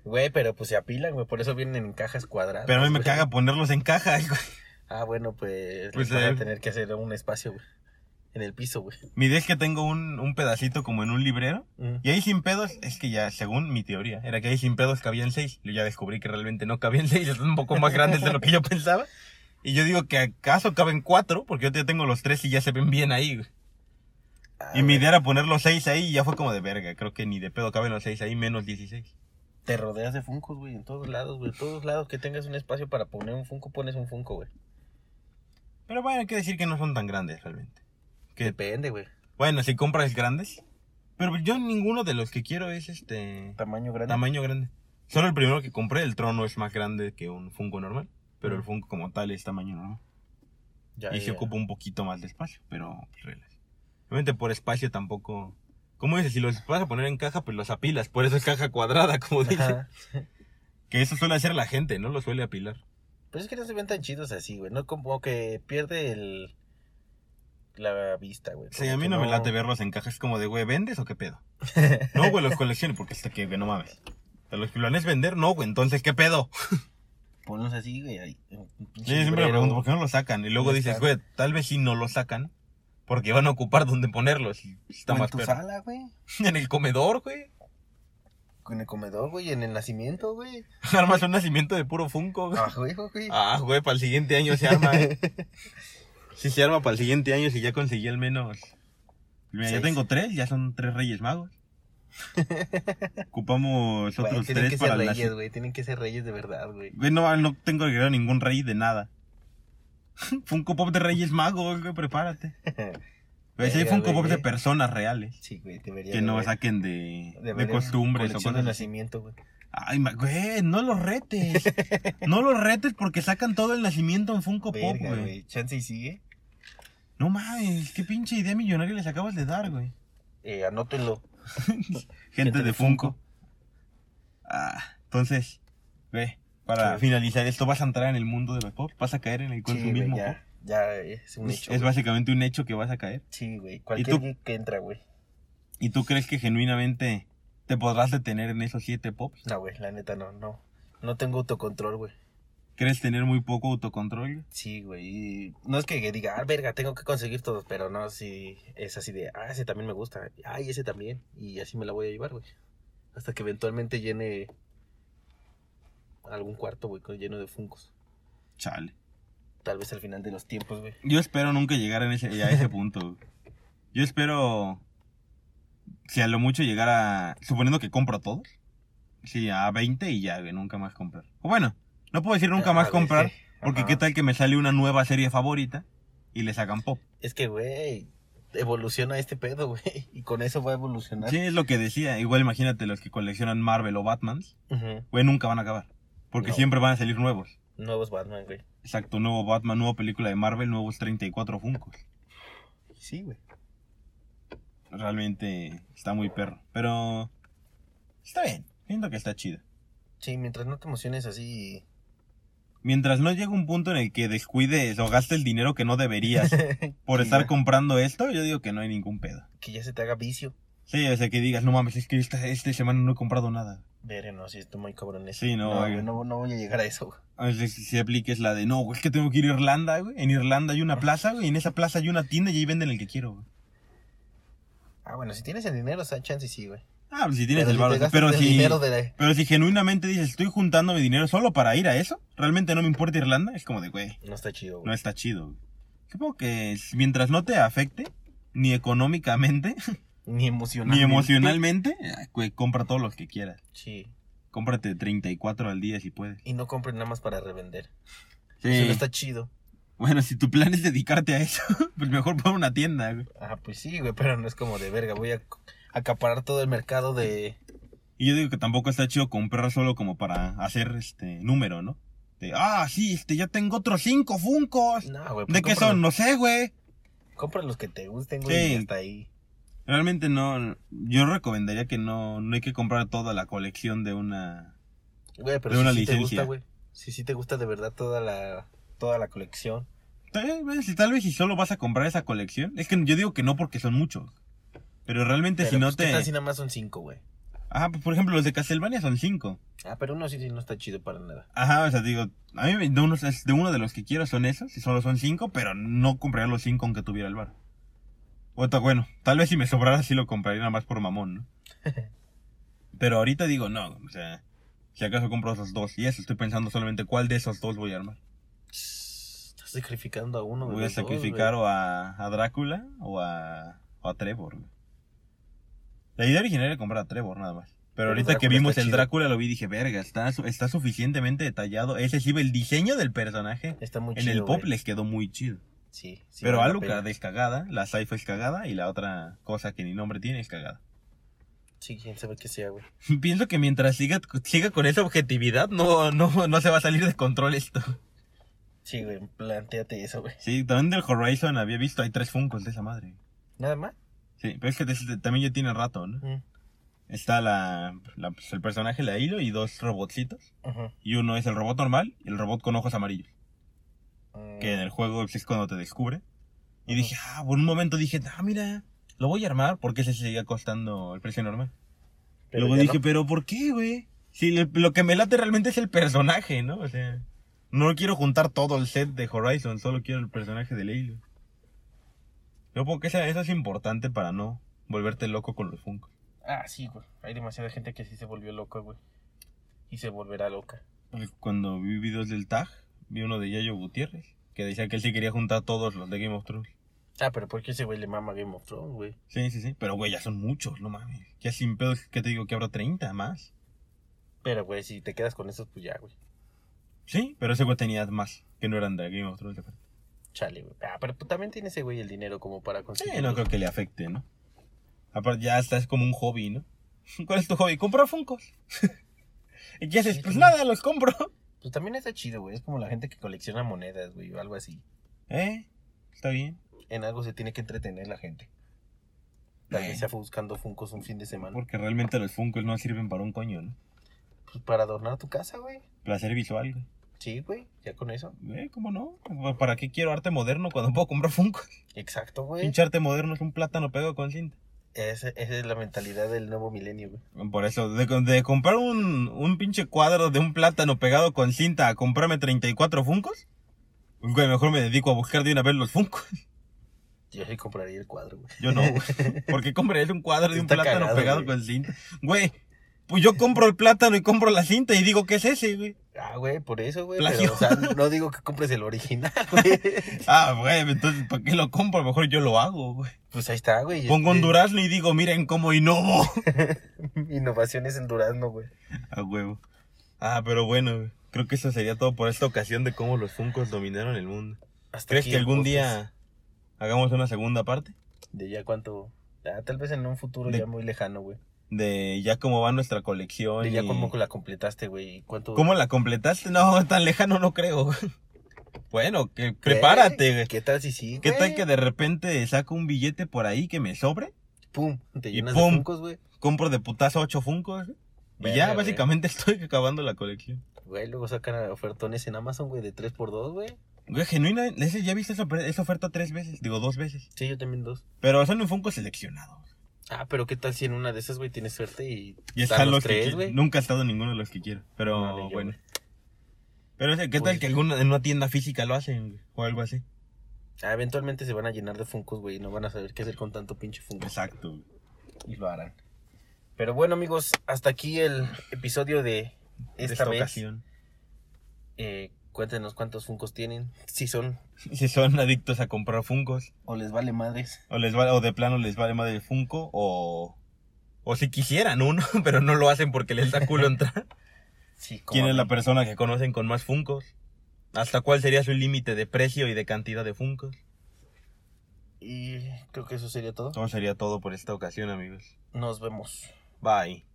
Güey, pero pues se apilan, güey. Por eso vienen en cajas cuadradas. Pero a mí me güey. caga ponerlos en caja. güey. Ah, bueno, pues, pues Pues, van a eh, tener que hacer un espacio, güey. En el piso, güey. Mi idea es que tengo un, un pedacito como en un librero. Mm. Y ahí sin pedos, es que ya, según mi teoría, era que ahí sin pedos cabían seis. Yo ya descubrí que realmente no cabían seis, son un poco más grandes de lo que yo pensaba. Y yo digo que acaso caben cuatro, porque yo ya tengo los tres y ya se ven bien ahí. güey. Ah, Y mi güey, idea era poner los seis ahí y ya fue como de verga. Creo que ni de pedo caben los seis ahí, menos 16. Te rodeas de funcos, güey, en todos lados, güey. En todos lados que tengas un espacio para poner un funko, pones un funko, güey. Pero bueno, hay que decir que no son tan grandes realmente. Que, Depende, güey. bueno, si compras grandes. Pero yo ninguno de los que quiero es este... Tamaño grande. Tamaño grande. Solo el primero que compré, el trono es más grande que un Funko normal. Pero el Ujú. Funko como tal es tamaño normal. Ya, y ya, se ya. ocupa un poquito más de espacio, pero pues, relax. Obviamente por espacio tampoco... ¿Cómo dices? Si los vas a poner en caja, pues los apilas. Por eso es caja cuadrada, como dice. Ajá. Que eso suele hacer la gente, ¿no? Lo suele apilar. Pero Pues es que no se ven tan chidos así, güey. No como que pierde el. La vista, güey. Sí, Como a mí que no me late verlos en caja. Es como de, güey, ¿vendes o qué pedo? No, güey, los colecciones, porque hasta que, güey, no mames. ¿Te los planes vender? No, güey, entonces, ¿qué pedo? Ponlos así, güey. ahí, un pinche Sí, Yo siempre me librero. pregunto, ¿por qué no lo sacan? Y luego Ya dices, está. güey, tal vez si no lo sacan, porque van a ocupar dónde ponerlos. y Está O en más tu perro. sala, güey. En el comedor, güey. En el comedor, güey. En el nacimiento, güey. Armas un nacimiento de puro Funko, güey. Ah, güey, güey. Ah, güey, para el siguiente año se arma. sí, se arma para el siguiente año si ya conseguí al menos. Mira, ya Seis. tengo tres, ya son tres Reyes Magos. Ocupamos Güey, otros tienen que tres ser para la. reyes, güey. Tienen que ser reyes de verdad, güey. Güey, no, no tengo agregado ningún rey de nada. Funko Pop de Reyes Magos, güey, prepárate. Güey, si hay Verga, Funko güey. Pop de personas reales. Sí, güey, debería. Que de no haber- saquen de, debería de haber costumbres o colección cosas de así. nacimiento, güey. Ay, ma- güey, no los retes. No los retes porque sacan todo el nacimiento en Funko Pop, Verga, güey. güey. Chance y sigue. No mames, qué pinche idea millonaria les acabas de dar, güey. Eh, anótenlo. Gente, Gente de de Funko. Ah, entonces, güey, para Sí. finalizar esto, vas a entrar en el mundo de los pop, vas a caer en el Sí, güey, consumismo pop. ya. Ya es un Es- hecho. es güey. básicamente un hecho que vas a caer. Sí, güey. Cualquier tú? geek que entra, güey. ¿Y tú crees que genuinamente te podrás detener en esos siete pops? No, güey, la neta no, no. No tengo autocontrol, güey. ¿Crees tener muy poco autocontrol? Sí, güey. y No es que diga, ah, verga, tengo que conseguir todos, pero no, si es así de, ah, ese también me gusta, ay, ese también, y así me la voy a llevar, güey. Hasta que eventualmente llene algún cuarto, güey, con- lleno de funcos. Chale. Tal vez al final de los tiempos, güey. Yo espero nunca llegar en ese, a ese punto. Yo espero, si a lo mucho llegar a, suponiendo que compro todos, sí, a 20 y ya, güey, nunca más comprar. O bueno, no puedo decir nunca Ah, más güey, comprar, sí, porque ajá. qué tal que me sale una nueva serie favorita y le sacan pop. Es que, güey, evoluciona este pedo, güey, y con eso va a evolucionar. Sí, es lo que decía. Igual imagínate los que coleccionan Marvel o Batman, Ujú. güey, nunca van a acabar, porque No. siempre van a salir nuevos. Nuevos Batman, güey. Exacto, nuevo Batman, nueva película de Marvel, nuevos 34 Funkos. Sí, güey. Realmente está muy perro. Pero está bien. Siento que está chida. Sí, mientras no te emociones así. Mientras no llegue un punto en el que descuides o gastes el dinero que no deberías por estar comprando esto, yo digo que no hay ningún pedo. Que ya se te haga vicio. Sí, o sea, que digas, no mames, es que esta, esta semana no he comprado nada. Veré, no, si estoy muy cabrón eso. Sí, no, no, güey. güey, no, no voy a llegar a eso, güey. A veces si apliques la de, no, güey, es que tengo que ir a Irlanda, güey. En Irlanda hay una plaza, güey. En esa plaza hay una tienda y ahí venden el que quiero, güey. Ah, bueno, si tienes el dinero, o sea, chance y sí, güey. Ah, pues si tienes Pero el si valor. te gastas pero el si... dinero de la- Pero si genuinamente dices, estoy juntando mi dinero solo para ir a eso, realmente no me importa Irlanda, es como de, güey, No está chido, güey. no está chido. güey. Supongo que es- mientras no te afecte, ni económicamente, Ni emocional. ni emocionalmente, ah, güey, compra todo lo que quieras. Sí. Cómprate 34 al día si puedes. Y no compren nada más para revender. Eso Sí. no está chido. Bueno, si tu plan es dedicarte a eso, pues mejor pon una tienda, güey. Ah, pues sí, güey, pero no es como de verga. Voy a c- acaparar todo el mercado de. Y yo digo que tampoco está chido comprar solo como para hacer este número, ¿no? De, ah, sí, este, ya tengo otros cinco funcos. No, güey. pues ¿De qué compra- son? No sé, güey. Compra los que te gusten, güey. Sí. Y hasta ahí. Realmente no, yo recomendaría que no, no hay que comprar toda la colección de una... Güey, pero De si una sí te licencia. gusta, güey. Si sí te gusta de verdad toda la, toda la colección. Tal vez, tal vez si solo vas a comprar esa colección, es que yo digo que no porque son muchos. Pero realmente Pero, si no pues, ¿qué te... tal si nada más son cinco, güey? Ajá, pues, por ejemplo, los de Castlevania son cinco. Ah, pero uno sí, sí no está chido para nada. Ajá, o sea, digo, a mí me- de, unos- de uno de los que quiero son esos, y solo son cinco, pero no compraría los cinco aunque tuviera el bar. O ta- bueno, tal vez si me sobrara sí lo compraría nada más por mamón, ¿no? Pero ahorita digo, no, o sea, si acaso compro esos dos, y eso, estoy pensando solamente cuál de esos dos voy a armar. Estás sacrificando a uno, Voy a sacrificar a... o a, a Drácula o a, o a Trevor. güey. La idea original era comprar a Trevor nada más. Pero Pero ahorita que Drácula vimos está el chido. Drácula lo vi y dije, verga, está, su- está suficientemente detallado. Ese sí, el diseño del personaje Está muy en chido, el pop güey. les quedó muy chido. Sí, sí. Pero vale la Alucard pena. es cagada, la Saifa es cagada y la otra cosa que ni nombre tiene es cagada. Sí, quién sabe qué sea, güey. Pienso que mientras siga, siga con esa objetividad no, no, no se va a salir de control esto. Sí, güey, planteate eso, güey. Sí, también del Horizon había visto, hay tres Funkos de esa madre. Nada más. Sí, pero es que des- también ya tiene rato, ¿no? Mm, Está la, la- pues, el personaje, la Hilo, y dos robotcitos. ajá. Y uno es el robot normal y el robot con ojos amarillos. Mm, Que en el juego pues, es cuando te descubre. Y Ujú. dije, ah, por un momento dije, ah, mira, lo voy a armar porque ese seguía costando el precio normal. pero Luego ya dije, no. pero ¿por qué, güey? Si le- lo que me late realmente es el personaje, ¿no? O sea, no quiero juntar todo el set de Horizon, solo quiero el personaje de Halo. Yo creo que esa- eso es importante para no volverte loco con los Funko. Ah, sí, güey. Hay demasiada gente que sí se volvió loca, güey. Y se volverá loca. Porque Cuando vi videos del Tag, vi uno de Yayo Gutiérrez, que decía que él sí quería juntar todos los de Game of Thrones. Ah, pero ¿por qué ese güey le mama Game of Thrones, güey? Sí, sí, sí. Pero, güey, ya son muchos, no mames. Ya sin pedos, ¿qué te digo? Que habrá 30 más. Pero, güey, si te quedas con esos, pues ya, güey. Sí, pero ese güey tenía más, que no eran de Game of Thrones. aparte. Chale, güey. Ah, pero pues, también tiene ese güey el dinero como para Sí, conseguir. no creo que le afecte, ¿no? Aparte, ya hasta es como un hobby, ¿no? ¿Cuál es tu hobby? Comprar Funkos. ¿Y qué haces? Sí, Pues sí. nada, los compro. Pues también está chido, güey. Es como la gente que colecciona monedas, güey, o algo así. ¿Eh? Está bien. En algo se tiene que entretener la gente. Tal Eh. vez se fue buscando funcos un fin de semana. Porque realmente los Funkos no sirven para un coño, ¿no? Pues para adornar tu casa, güey. Placer visual, güey. Sí, güey. Ya con eso. Eh, ¿Cómo no? ¿Para qué quiero arte moderno cuando puedo comprar Funko? Exacto, güey. Pinche arte moderno es un plátano pegado con cinta. Ese- esa es la mentalidad del nuevo milenio, güey. Por eso, de, de comprar un, un pinche cuadro de un plátano pegado con cinta a comprarme 34 Funcos, pues, güey, mejor me dedico a buscar de una vez los Funcos. Yo sí compraría el cuadro, güey. Yo no, güey. Porque comprarías un cuadro de un Está plátano cagado, pegado güey. con cinta. Güey, pues yo compro el plátano y compro la cinta y digo, ¿qué es ese, güey? Ah, güey, por eso, güey. Plagio. Pero, o sea, no digo que compres el original, güey. Ah, güey, entonces, ¿para qué lo compro? Mejor yo lo hago, güey. Pues ahí está, güey. Pongo un Este, durazno y digo, miren cómo innovo. Innovación es el durazno, güey. A huevo. Ah, pero bueno, güey, creo que eso sería todo por esta ocasión de cómo los Funkos dominaron el mundo. Hasta ¿Crees aquí pues, que el algún podcast día hagamos una segunda parte? De ya cuánto. ah, tal vez en un futuro De- ya muy lejano, güey. de ya cómo va nuestra colección. De ya y- cómo la completaste, güey. ¿Y ¿Cuánto? ¿Eh? ¿Cómo la completaste? No, tan lejano no creo. Bueno, que prepárate. güey. ¿Qué tal si sí? ¿Qué güey? tal que de repente saco un billete por ahí que me sobre? Pum, te Y llenas pum. de funcos, güey. Compro de putazo ocho funcos. Y Verga, ya güey. básicamente estoy acabando la colección. Güey, luego sacan ofertones en Amazon, güey, de 3x2, güey. Güey, genuina, ese ya viste esa, esa oferta tres veces, digo dos veces. Sí, yo también dos. Pero son un Funko seleccionado. Ah, pero ¿qué tal si en una de esas, güey, tienes suerte y... están Y están los los, que tres, qui- güey. Nunca ha estado ninguno de los que quiero. Pero Vale, yo, bueno. güey. Pero o sea, ¿qué Pues, tal que sí. alguna, en una tienda física lo hacen? güey? O algo así. Ah, eventualmente se van a llenar de funcos, güey, y no van a saber qué hacer con tanto pinche funko. Exacto. güey. Y lo harán. Pero bueno, amigos, hasta aquí el episodio de De esta, esta vez. ocasión. Eh, cuéntenos cuántos funcos tienen, si son Si son adictos a comprar Funcos. o les vale madres. O, les vale, o de plano les vale madre el Funko. O, o si quisieran uno, pero no lo hacen porque les da culo entrar. Sí, como ¿Quién a es mí. la persona que conocen con más Funcos? ¿Hasta cuál sería su límite de precio y de cantidad de Funcos? Y creo que eso sería todo. Todo sería todo por esta ocasión, amigos. Nos vemos. Bye.